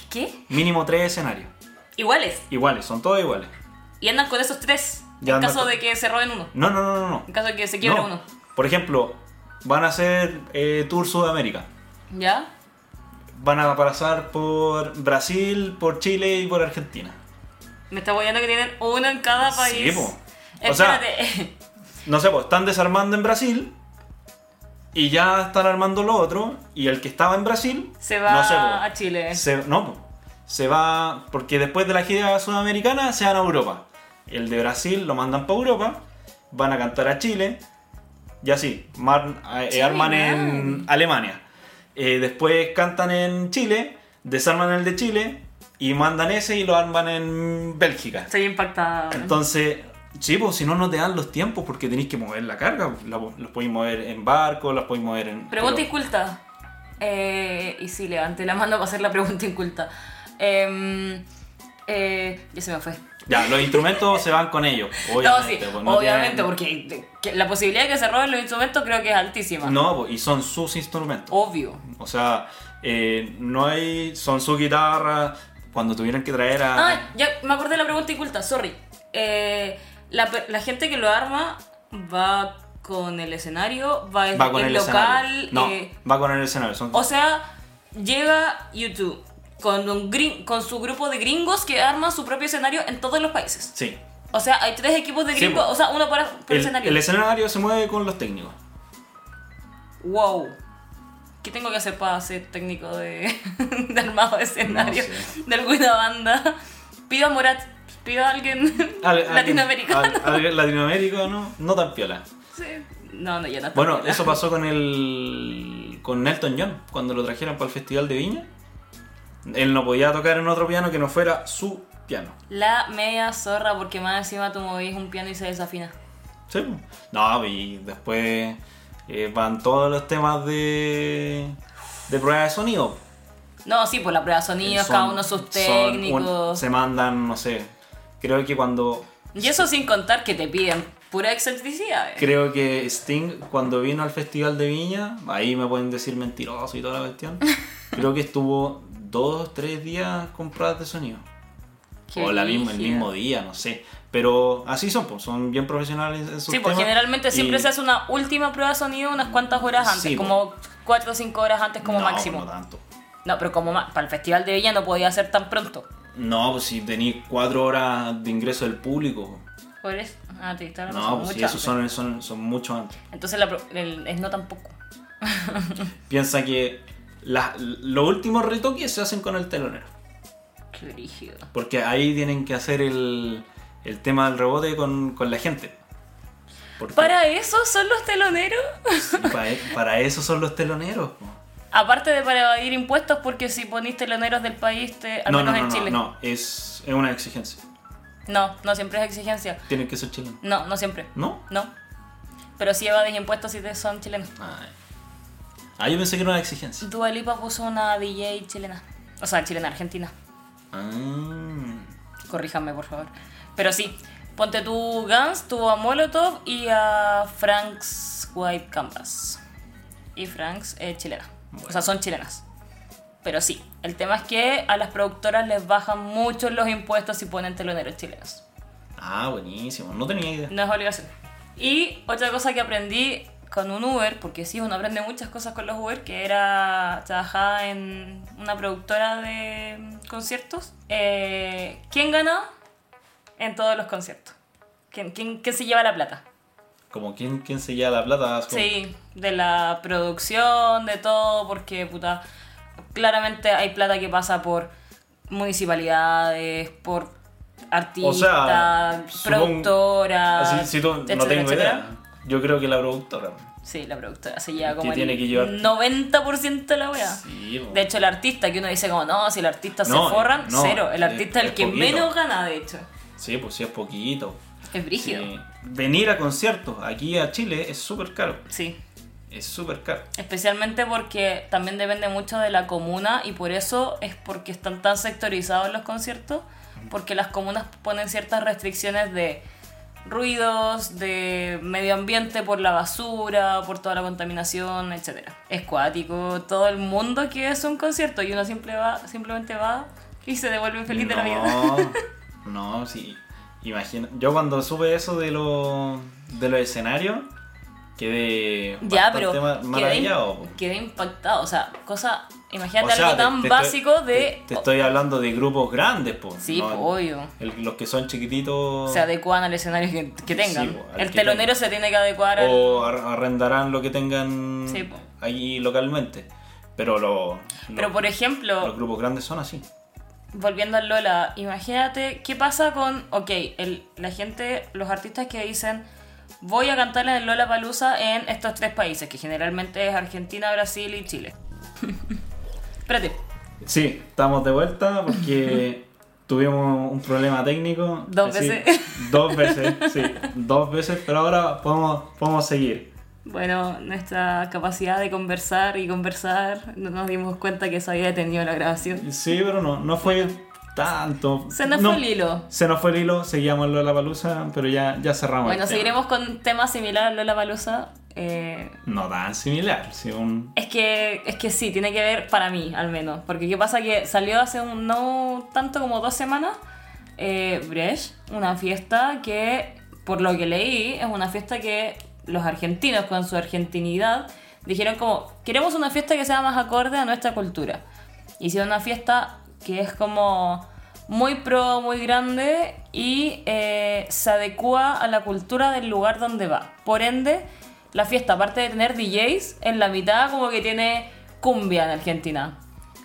¿Qué? Mínimo tres escenarios. Iguales. Iguales, son todos iguales. Y andan con esos tres. Ya en andan caso con- de que se roben uno. No, no, no, no. no. En caso de que se quiebre No. uno. Por ejemplo, van a hacer eh, Tour Sudamérica. ¿Ya? Van a pasar por Brasil, por Chile y por Argentina. Me está guayando que tienen uno en cada Sí, país. po. O sea- Espérate. (laughs) No sé, pues están desarmando en Brasil y ya están armando lo otro. Y el que estaba en Brasil se va no sé, a pues, Chile. se- no, pues, se va porque después de la gira sudamericana se van a Europa. El de Brasil lo mandan para Europa, van a cantar a Chile y así, mar- eh, Chile, arman man. en Alemania. Eh, después cantan en Chile, desarman el de Chile y mandan ese y lo arman en Bélgica. Estoy impactada. Entonces, sí, pues si no, no te dan los tiempos porque tenéis que mover la carga. La- los podéis mover en barco, los podéis mover en. Pregunta pero- inculta. Eh, y sí, levanté la mano para hacer la pregunta inculta. Em, eh, ya se me fue. (laughs) Ya, los instrumentos se van con ellos. no, sí, Obviamente, pues, no obviamente, tienen- porque que la posibilidad de que se roben los instrumentos creo que es altísima. No, pues, y son sus instrumentos. Obvio. O sea, eh, no hay. Son su guitarra. Cuando tuvieron que traer a. Ah, ya me acordé de la pregunta inculta, sorry. Eh, la, pe- la gente que lo arma va con el escenario, va, va con el, el local. escenario. No, eh, va con el escenario. Son, o sea, llega YouTube con, un grin- con su grupo de gringos que arma su propio escenario en todos los países. sí. O sea, hay tres equipos de Sí, gringos, po. o sea, uno para, por El, escenario. el escenario se mueve con los técnicos. Wow. ¿Qué tengo que hacer para ser técnico de, (laughs) de armado de escenario No sé. de alguna banda? Pido a Morat, pido a alguien Al- alguien- latinoamericano. al- alguien latinoamericano, no tan piola. Sí. No, no, ya no está Bueno, bien. eso pasó con el con Elton John cuando lo trajeron para el Festival de Viña. Él no podía tocar en otro piano que no fuera su piano. La media zorra, porque más encima tú movís un piano y se desafina. Sí, po. No, y después eh, van todos los temas de de prueba de sonido. No, sí, pues la prueba de sonidos, Son- cada uno son sus un- técnicos. se mandan, no sé. Creo que cuando Y eso sin contar que te piden pura excentricidad. eh. creo que Sting cuando vino al Festival de Viña, ahí me pueden decir mentiroso y toda la cuestión. (laughs) Creo que estuvo dos, tres días con pruebas de sonido. Qué o la misma, el brígido. mismo día, no sé. Pero así son, pues, son bien profesionales en sus Sí, pues temas generalmente y- siempre se hace una última prueba de sonido unas cuantas horas antes, Sí, po. como 4 o 5 horas antes como No, máximo. No, tanto. No, pero como ma- para el Festival de Villa no podía ser tan pronto. No, pues si tenéis cuatro horas de ingreso del público. Por eso. Ah, te diste la razón, No, pues si mucho esos antes. son, son, son mucho antes. Entonces la pro- el- es no tampoco. Piensa que las- los últimos retoques se hacen con el telonero. Qué brígido. Porque ahí tienen que hacer el, el tema del rebote con, con la gente. Porque ¿Para eso son los teloneros? (laughs) pa- e, para eso son los teloneros. po. Aparte de para evadir impuestos, porque si ponís teloneros del país, te, al No, no, menos no, en no, Chile. no, es, es una exigencia. no, no siempre es exigencia. Tienen que ser chilenos. No, no siempre. ¿No? No. Pero si evades impuestos si te son chilenos. Ay. Ah, yo pensé que era una exigencia. Dua Lipa puso una DJ chilena. O sea, chilena argentina. Ah. Corríjame, por favor. Pero sí, ponte tu Guns, tuvo a Molotov y a Frank's White Canvas. Y Frank's es chilena. O sea, son chilenas. Pero sí, el tema es que a las productoras les bajan mucho los impuestos si ponen teloneros chilenos. Ah, buenísimo. No tenía idea. No es obligación. Y otra cosa que aprendí con un Uber, porque sí, uno aprende muchas cosas con los Uber, que era trabajada en una productora de conciertos. Eh, ¿Quién gana? en todos los conciertos. ¿Quién, quién, quién se lleva la plata? Como quién, quién se lleva la plata. es como- Sí, de la producción, de todo, porque puta, claramente hay plata que pasa por municipalidades, por O artistas, sea, supongo- productoras. Así, si tú- Ah, no ah, etcétera, tengo etcétera. idea. Yo creo que la productora. Sí, la productora se lleva Que como tiene el que llevar- 90% de la wea. Sí, po. De hecho, el artista, que uno dice como, no, si el artista No, se forran, no, cero. El es- artista es el es que poquito. menos gana, de hecho. Sí, pues sí es poquito. Es brígido. Sí. Venir a conciertos aquí a Chile es súper caro. sí. Es súper caro. Especialmente porque también depende mucho de la comuna y por eso es porque están tan sectorizados los conciertos, porque las comunas ponen ciertas restricciones de ruidos, de medio ambiente por la basura, por toda la contaminación, etc. Es cuático, todo el mundo quiere es un concierto y uno simple va, simplemente va y se devuelve feliz de la (laughs) vida. No, no, sí. Imagina. Yo cuando sube eso de los de los escenarios, quedé Ya, bastante pero ma- quedé, maravillado. po. quedé impactado, o sea, cosa, O imagínate sea, algo te- tan te estoy- básico de... Te, te estoy hablando de grupos grandes, po. Sí, no- po, obvio. el- los que son chiquititos. se adecuan al escenario que, que tengan. Sí, po, al el que telonero tengan. se tiene que adecuar al... o ar- arrendarán lo que tengan Sí, po. ahí localmente. Pero los- Pero los- por los ejemplo, grupos grandes son así. volviendo al Lola, imagínate qué pasa con, ok, el, la gente, los artistas que dicen voy a cantar en el Lola Palusa en estos tres países, que generalmente es Argentina, Brasil y Chile. (laughs) Espérate, Sí, estamos de vuelta (laughs) porque tuvimos un problema técnico. Dos Sí, veces. (laughs) Dos veces, sí, dos veces, pero ahora podemos, podemos seguir. bueno, nuestra capacidad de conversar y conversar, no nos dimos cuenta que se había detenido la grabación. Sí, pero no, no fue tanto. Se nos No, fue el hilo. Se nos fue el hilo, seguíamos en la palusa, pero ya, ya cerramos. Bueno, el tema. seguiremos con temas similares a Lola Palusa. Eh, No tan similar, sí, un. Es que, es que sí, tiene que ver para mí, al menos. Porque qué pasa que salió hace un, no tanto como dos semanas eh, Bresh, una fiesta que, por lo que leí, es una fiesta que los argentinos, con su argentinidad, dijeron como, queremos una fiesta que sea más acorde a nuestra cultura. Hicieron una fiesta que es como muy pro, muy grande y eh, se adecua a la cultura del lugar donde va. Por ende, la fiesta, aparte de tener DJs, en la mitad como que tiene cumbia en Argentina.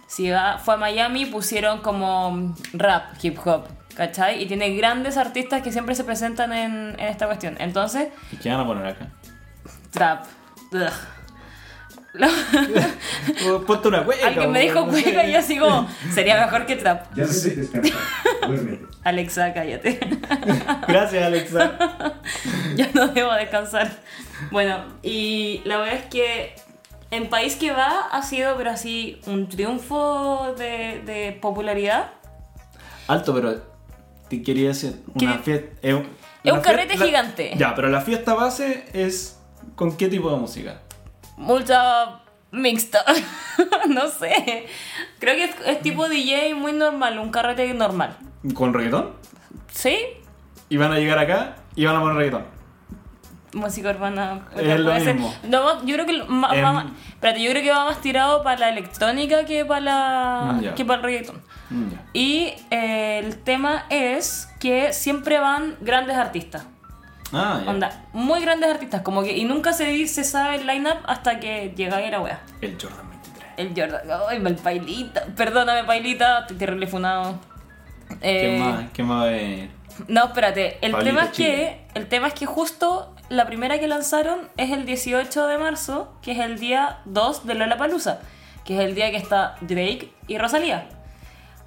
Si va- fue a Miami, pusieron como rap, hip hop, ¿cachai? Y tiene grandes artistas que siempre se presentan en, en esta cuestión. Entonces, ¿Y qué van a poner acá? (laughs) trap. Ugh. (laughs) Pues, Ponte una cueca. Alguien me dijo no sé. cueca y yo así como, sería mejor que trap. Ya se te descansa. Duérmete. Alexa, cállate. (laughs) Gracias, Alexa. ya no debo descansar. Bueno, y la verdad es que en país que va ha sido, pero así, un triunfo de, de popularidad. Alto, pero te quería decir, una ¿Qué? fiesta. Es un, Es una un carrete fiesta- la- gigante. ya, pero la fiesta base es. ¿Con qué tipo de música? Mucha mixta. (laughs) no sé. Creo que es, es Mm. tipo DJ muy normal, un carrete normal. ¿Con reggaetón? ¿Sí? Y van a llegar acá y van a poner reggaetón. Música urbana. Es lo puede ser. mismo. No, va- yo creo que lo- ma- Em. va más- espérate, yo creo que va más tirado para la electrónica que para la. Mm, ya. que para el reggaetón. Mm, ya. Y eh, el tema es que siempre van grandes artistas. Ah, ya. Onda, muy grandes artistas, como que. Y nunca se dice, se sabe el lineup hasta que llega ahí la wea. El Jordan 23. El Jordan. Ay, el Pailita. Perdóname, Pailita, estoy terrible funado. ¿Qué Eh, más? ¿Qué más? eh? No, espérate. El Pablito tema, es que, Chile. el tema es que justo la primera que lanzaron es el 18 de marzo, que es el día 2 de Lollapalooza, que es el día que está Drake y Rosalía.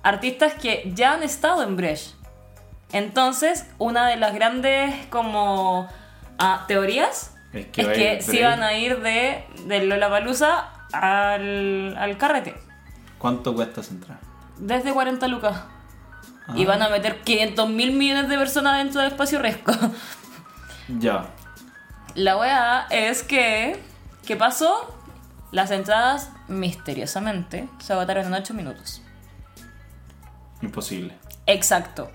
Artistas que ya han estado en Bresh. Entonces, una de las grandes como ah, teorías Es es que que, va a ir se Drake. iban a ir de, de Lollapalooza al, al carrete. ¿Cuánto cuesta esa entrada? Desde 40 lucas. Ah, Y van a meter 500 mil millones de personas dentro del espacio Resco. Ya. (laughs) La weá es que. ¿Qué pasó? Las entradas misteriosamente se agotaron en 8 minutos. Imposible. Exacto.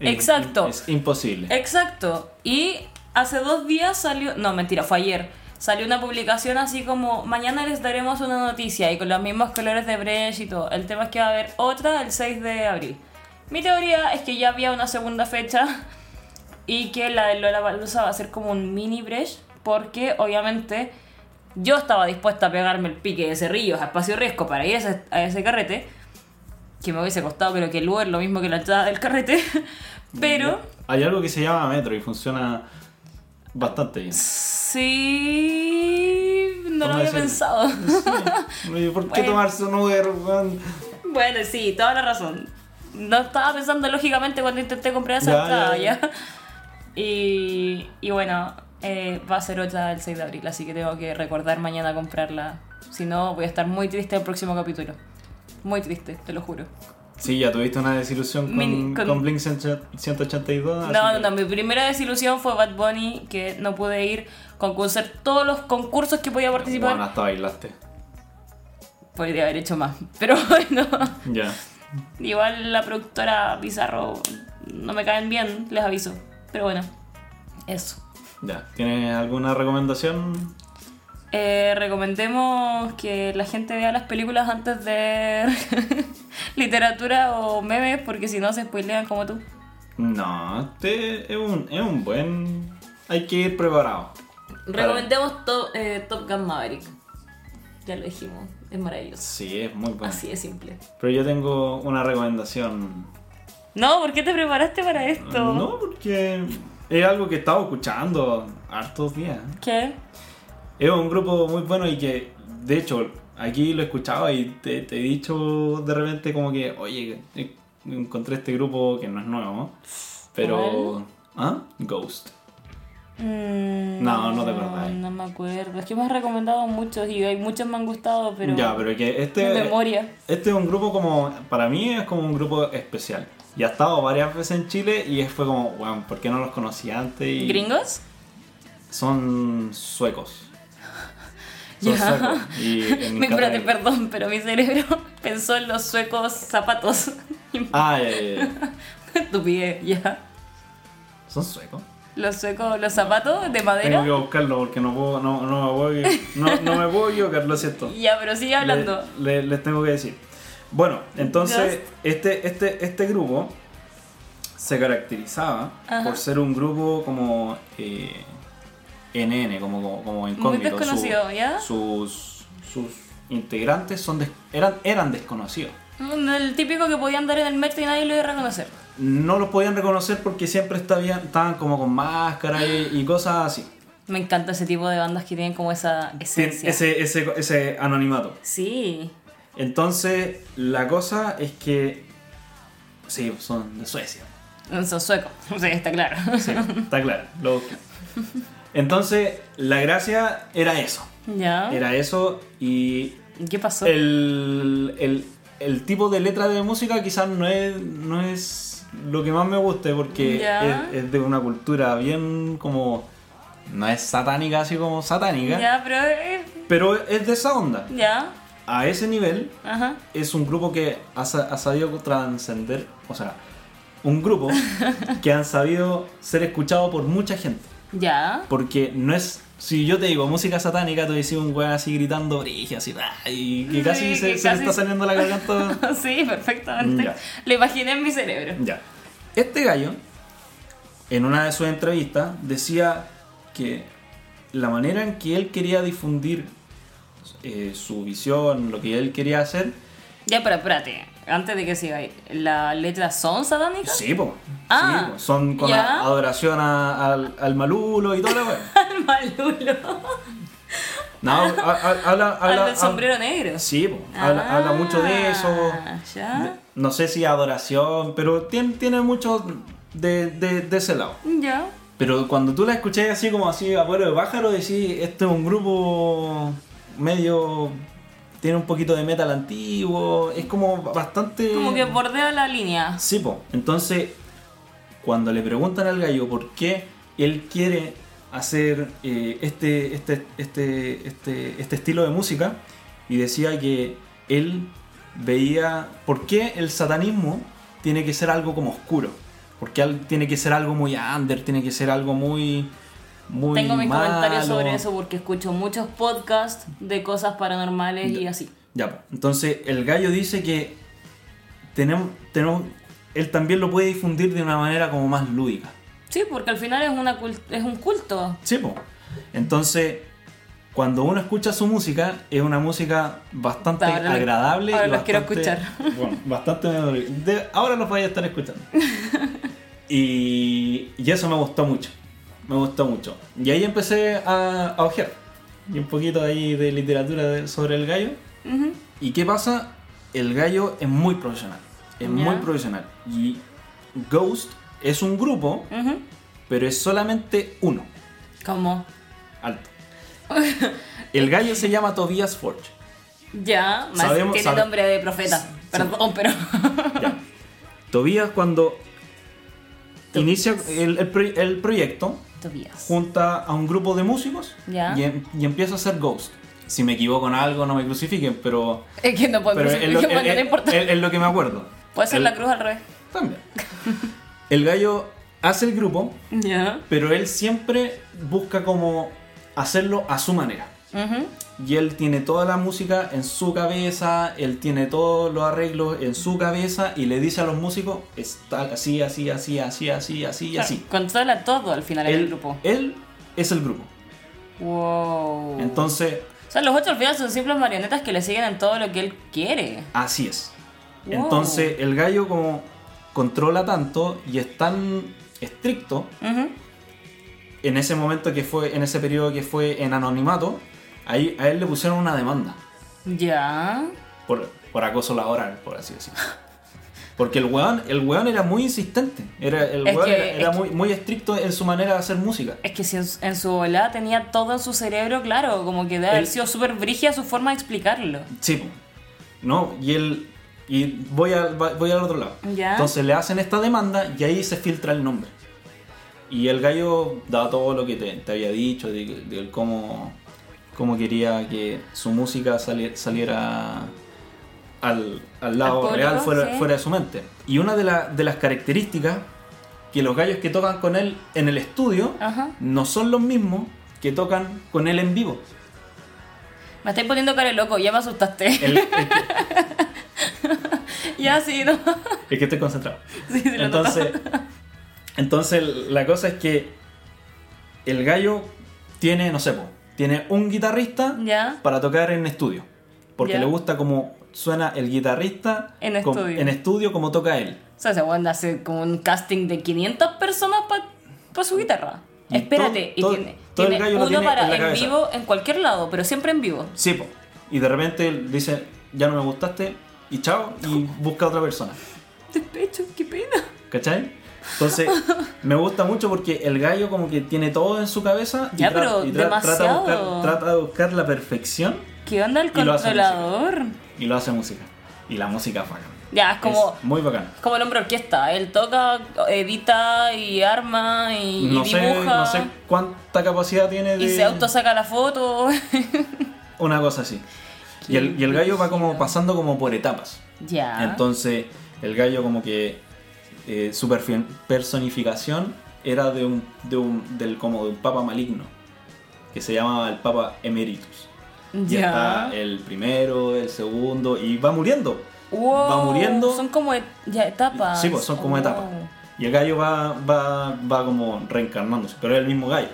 Es- Exacto. Es, imposible. Exacto. Y hace dos días salió. No, mentira, fue ayer. Salió una publicación así como: Mañana les daremos una noticia y con los mismos colores de Brecht y todo. El tema es que va a haber otra el 6 de abril. Mi teoría es que ya había una segunda fecha y que la de Lola Palusa va a ser como un mini breach, porque obviamente yo estaba dispuesta a pegarme el pique de Cerrillos a espacio riesgo para ir a ese, a ese carrete, que me hubiese costado, pero que el Uber lo mismo que la entrada del carrete, (laughs) pero. Hay algo que se llama metro y funciona bastante bien. Sí. No lo ¿Cómo había decirlo? pensado. (laughs) Oye, ¿Por qué Bueno. tomarse un Uber, weón? bueno, sí, toda la razón. No estaba pensando lógicamente cuando intenté comprar esa Ya, entrada ya, ya. (laughs) Y, y bueno, eh, va a ser otra el 6 de abril, así que tengo que recordar mañana comprarla. Si no, voy a estar muy triste el próximo capítulo. Muy triste, te lo juro. Sí, ya tuviste una desilusión con, Mini- con- con... Blink 182. así No, que- no, no, mi primera desilusión fue Bad Bunny, que no pude ir concursar todos los concursos que podía participar. Bueno, hasta bailaste. Podría haber hecho más, pero (laughs) bueno. Ya. Igual la productora Bizarro no me caen bien, les aviso. Pero bueno, eso. Ya, ¿tienes alguna recomendación? Eh, recomendemos que la gente vea las películas antes de (laughs) literatura o memes, porque si no se spoilean como tú. No, este es un, es un buen... Hay que ir preparado. Recomendemos to- eh, Top Gun Maverick. Ya lo dijimos, es maravilloso. Sí, es muy bueno. Así de simple. Pero yo tengo una recomendación. No, ¿por qué te preparaste para esto? No, porque es algo que he estado escuchando hartos días. ¿Qué? Es un grupo muy bueno y que, de hecho, aquí lo escuchaba y te, te he dicho de repente como que, oye, eh, encontré este grupo que no es nuevo, pero... ¿Ah? Ghost. Mm, No, no te acordás. No me acuerdo. Es que me has recomendado muchos y hay muchos me han gustado, pero. ya, pero que este... De memoria. Este es un grupo como, para mí es como un grupo especial. Y ha estado varias veces en Chile y fue como, bueno, ¿por qué no los conocí antes? Y ¿Gringos? Son (laughs) suecos. Son Ya. suecos. Y (laughs) en Me espérate, Inglaterra- perdón, pero mi cerebro (laughs) pensó en los suecos zapatos. (laughs) Ah, ya, ya, ya. Estupidez, ya. Son suecos. Los suecos, los zapatos de madera. Tengo que buscarlo porque no puedo, no, no me puedo, no, no me puedo equivocar, lo siento. (laughs) Ya, pero sigue hablando. Le- le- les tengo que decir. Bueno, entonces este, este, este grupo se caracterizaba Ajá. por ser un grupo como eh, NN, como, como, como incógnito. Su- desconocido, ¿ya? Sus, sus integrantes son des- eran, eran desconocidos. Mm, El típico que podía andar en el metro y nadie lo iba a reconocer. No los podían reconocer porque siempre estaban, estaban como con máscara y, y cosas así. Me encanta ese tipo de bandas que tienen como esa Tien- esencia. Ese, ese, ese anonimato. Sí. Entonces, la cosa es que. Sí, son de Suecia. Son suecos, (laughs) sí, está claro. Sí, está claro. lo busqué. Entonces, la gracia era eso. Ya. Era eso y ¿Qué pasó? el, el- el tipo de letra de música quizás no es, no es lo que más me guste porque Ya. es, es de una cultura bien como... No es satánica así como satánica, Ya, pero. eh, pero es de esa onda. ya. A ese nivel Ajá. es un grupo que ha, sa- ha sabido trascender, o sea, un (laughs) grupo que han sabido ser escuchado por mucha gente. Ya. Porque no es. Si yo te digo música satánica, tú decís un weón así gritando brigia, así, "Ah", y que Sí, casi, que se, se casi- le está saliendo la (laughs) garganta. Sí, perfectamente. Mm, Ya. Lo imaginé en mi cerebro. ya. Este gallo, en una de sus entrevistas, decía que la manera en que él quería difundir eh, su visión, lo que él quería hacer, Ya, pero espérate. Antes de que siga ahí, ¿las letras son satánicas? sí, po, Ah, sí, po, son con ya. a- adoración a- al, al malulo y todo lo (laughs) Malulo. No, ha- ha- habla. habla (laughs) Al del sombrero negro. Sí, po, habla, Ah, habla mucho de eso. Ya. No sé si adoración, pero tiene, tiene mucho de, de- de ese lado. Ya. Pero cuando tú la escuchás así como así a vuelo de pájaro, decís, este es un grupo medio... Tiene un poquito de metal antiguo, es como bastante... Como que bordea la línea. Sí, po. Entonces, cuando le preguntan al gallo por qué él quiere hacer eh, este, este, este, este, este estilo de música, y decía que él veía por qué el satanismo tiene que ser algo como oscuro, porque al- tiene que ser algo muy under, tiene que ser algo muy... muy Tengo mis malo. comentarios sobre eso porque escucho muchos podcasts de cosas paranormales y así. Ya, po. entonces el gallo dice que tenemos, tenemos, él también lo puede difundir de una manera como más lúdica. Sí, porque al final es, una cul- es un culto. Sí, po. Entonces, cuando uno escucha su música, es una música bastante Ahora la- agradable. ahora y la quiero bastante- escuchar. (laughs) Bueno, bastante. de- ahora los vais a estar escuchando. (laughs) Y, y eso me gustó mucho. Me gustó mucho. Y ahí empecé a, a ojear. Y un poquito ahí de literatura de- sobre el gallo. Ujú. ¿Y qué pasa? El gallo es muy profesional. Es Ya. muy profesional. Y Ghost es un grupo, Ujú. pero es solamente uno. ¿Cómo? Alto. El gallo se llama Tobias Forge. Ya, más Sabemos- tiene sabe- nombre de profeta. Sí. Perdón, pero. (laughs) Ya. Tobias cuando inicia el, el proy- el proyecto Tobias. junta a un grupo de músicos Ya. y, em- y empieza a hacer Ghost. Si me equivoco en algo no me crucifiquen, pero, Es que no pero podemos. es, lo, bueno, es- no importa. es- es lo que me acuerdo. Puede ser El- la cruz al revés. También. El gallo hace el grupo, Ya. pero él siempre busca como hacerlo a su manera. Ujú. Y él tiene toda la música en su cabeza, él tiene todos los arreglos en su cabeza y le dice a los músicos, es tal, así, así, así, así, así, así y así. Controla todo al final en el Él, grupo. él es el grupo. Wow. Entonces, O sea, los ocho al final son simples marionetas que le siguen en todo lo que él quiere. así es. Wow. Entonces, el gallo como controla tanto y es tan estricto Ujú. en ese momento que fue, en ese periodo que fue en anonimato, ahí a él le pusieron una demanda Ya. por, por acoso laboral, por así decirlo. Porque el weón, el weón era muy insistente, era, el Es weón que- era, era es muy, muy estricto en su manera de hacer música. Es que si en, en su volada tenía todo en su cerebro, claro, como que debe haber El- sido súper brígida su forma de explicarlo. Sí, po. ¿no? Y él, y voy, al, va- voy al otro lado. Ya. Entonces le hacen esta demanda y ahí se filtra el nombre. Y el gallo da todo lo que te, te había dicho, de, de cómo, cómo quería que su música sali- saliera al, al lado público, real, fuera, sí. fuera de su mente. Y una de, la- de las características que los gallos que tocan con él en el estudio Ajá. no son los mismos que tocan con él en vivo. Me estáis poniendo cara de loco, ya me asustaste. (laughs) El- es, que, ya sí, ¿no? (laughs) es que estoy concentrado. sí, sí, lo noto. Entonces, entonces la cosa es que el gallo tiene, no sé, po, tiene un guitarrista Ya. para tocar en estudio. Porque Ya. le gusta como suena el guitarrista En com- estudio. en estudio como toca él. O sea, ese weón hace como un casting de 500 personas para su guitarra. Y Espérate, todo- todo- y tiene, todo el tiene gallo lo uno tiene para en la en, cabeza. vivo en cualquier lado, pero siempre en vivo. Sí, po. Y de repente él dice, ya no me gustaste, y chao, (laughs) y busca a otra persona. De pecho, qué pena. ¿Cachai? Entonces, me gusta mucho porque el gallo como que tiene todo en su cabeza y, Ya, tra- pero y tra- trata, de demasiado. buscar, trata de buscar la perfección ¿Qué onda el Y lo hace controlador? y lo hace música. Y la música es bacán. Ya, es como, Es muy bacana. como el hombre orquesta. Él toca, edita y arma y, y No dibuja. sé, no sé cuánta capacidad tiene de Y se auto saca la foto. (laughs) una cosa así. Y el, y el gallo va como pasando como por etapas. ya. Entonces, el gallo como que eh, su perfi- personificación era de un, de un, del, como de un papa maligno, que se llamaba el papa emeritus. Y ya. está eh, el primero, el segundo, y va muriendo. Wow, va muriendo. Son como et- ya, etapas. Sí, pues son como Wow. etapas. Y el gallo va, va, va como reencarnándose, pero es el mismo gallo.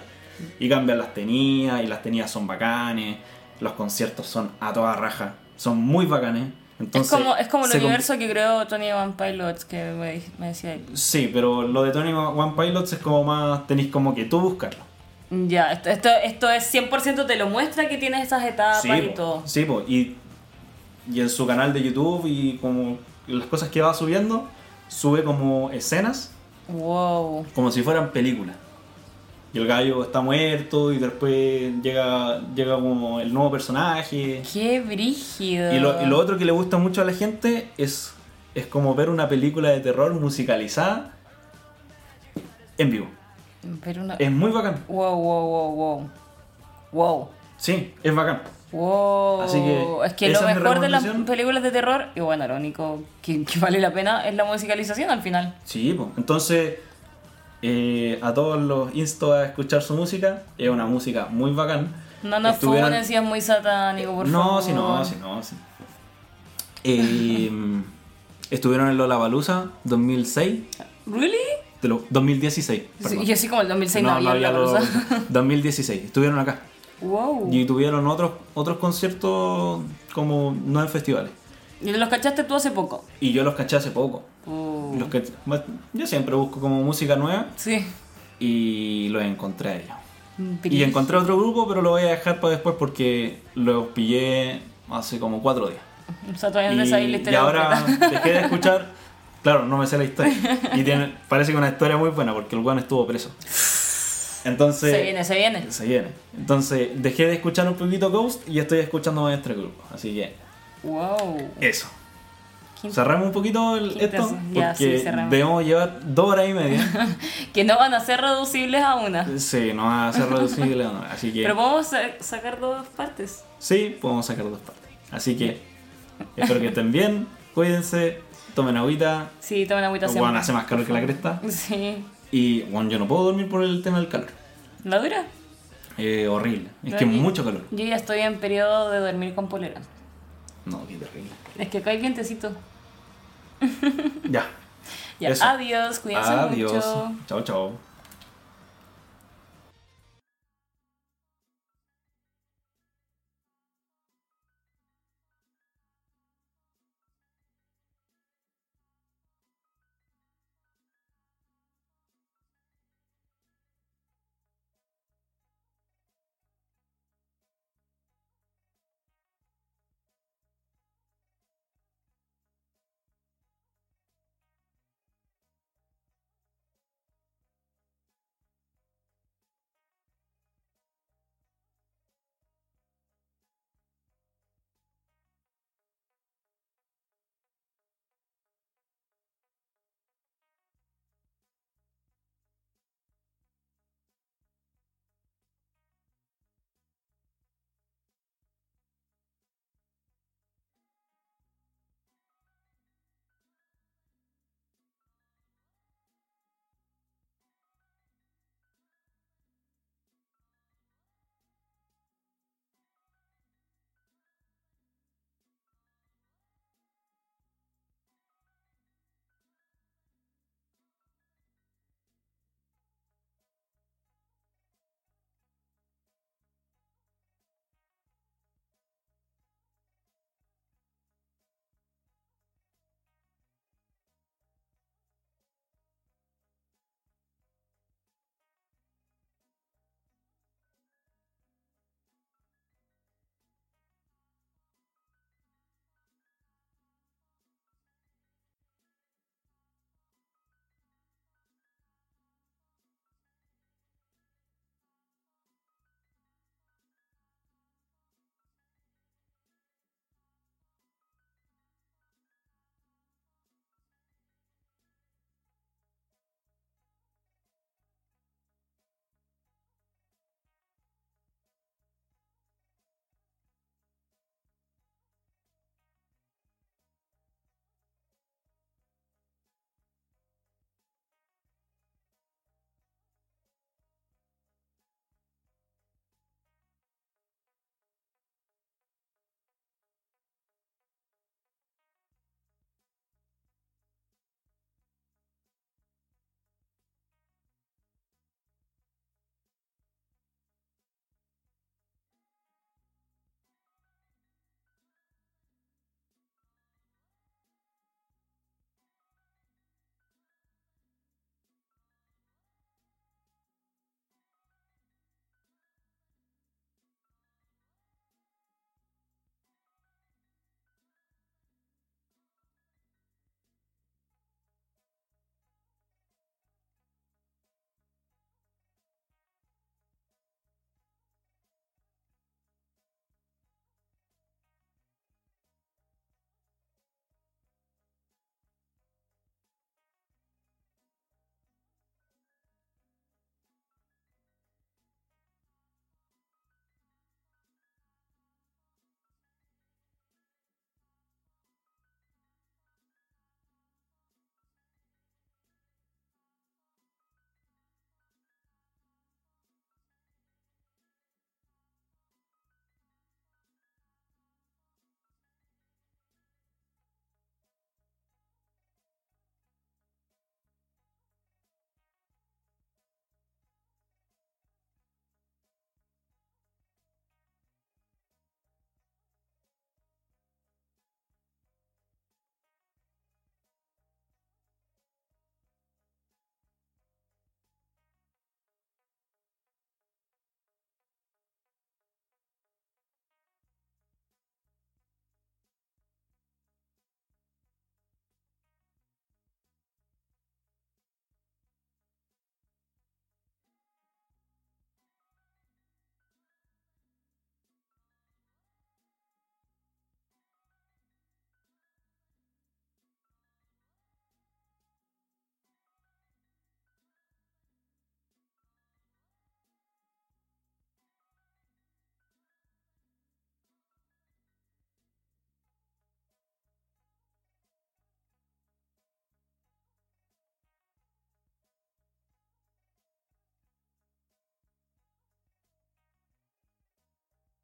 Y cambian las tenías, y las tenías son bacanes, los conciertos son a toda raja, son muy bacanes. Entonces, es como, es como el se universo que creó Tony One Pilots que me, di- me decía ahí. com- Sí, pero lo de Tony One Pilots es como más, tenéis como que tú buscarlo. Ya, esto, esto, esto es 100% te lo muestra que tienes esas etapas Sí, y po, Ah, todo. sí, po, y, y en su canal de YouTube y como las cosas que va subiendo, sube como escenas Wow. como si fueran películas. Y el gallo está muerto y después llega, llega como el nuevo personaje. Qué brígido. Y lo, y lo otro que le gusta mucho a la gente es, es como ver una película de terror musicalizada en vivo. Pero una- Es muy bacán. Wow, wow, wow, wow. Wow. Sí, es bacán. Wow. Así que es que esa lo es mi mejor de las recomendación. películas de terror, y bueno, lo único que, que vale la pena es la musicalización al final. Sí, po. entonces eh, a todos los insto a escuchar su música. Es una música muy bacán. No nos Estuvieran- funen si es muy satánico, por no, favor. si no, si no, si no. Eh, (laughs) Estuvieron en Lollapalooza 2006, ¿Really? te lo- 2016. perdón. Y así como el 2006 no, No, no había había la cosa. (laughs) Lollapalooza. 2016, estuvieron acá. Wow. Y tuvieron otros otros conciertos como no en festivales. Y los cachaste tú hace poco. Y yo los caché hace poco. Oh. Los cach- más- Yo siempre busco como música nueva Sí. y los encontré a ellos. Y Brillo. encontré otro grupo, pero lo voy a dejar para después porque los pillé hace como cuatro días. O sea, todavía no te sabía la Y, y historia ahora (laughs) completa. dejé de (laughs) escuchar. Claro, no me sé la historia. Y tiene, parece que una historia muy buena porque el guano estuvo preso. Entonces. Se viene, se viene. Se viene. Entonces, dejé de escuchar un poquito Ghost y estoy escuchando más este grupo. Así que, Wow. eso. Qué- Cerramos un poquito el- Qué esto intenso. Ya, sí, porque cerramos. debemos llevar dos horas y (laughs) media. Que no van a ser reducibles a una. sí, no va a ser reducible. no. Así que, Pero podemos sa- sacar dos partes. sí, podemos sacar dos partes. Así que, espero que estén bien. Cuídense, tomen agüita. Sí, tomen agüita Bueno, siempre. hace más calor que la cresta. Sí. Y bueno, yo no puedo dormir por el tema del calor. ¿La dura? Eh, horrible. Es No, que yo- mucho calor. Yo ya estoy en periodo de dormir con polera. No, qué terrible. Es que acá hay vientecito. Ya. Ya, Eso. adiós, cuídense Adiós. mucho. Chao, chao.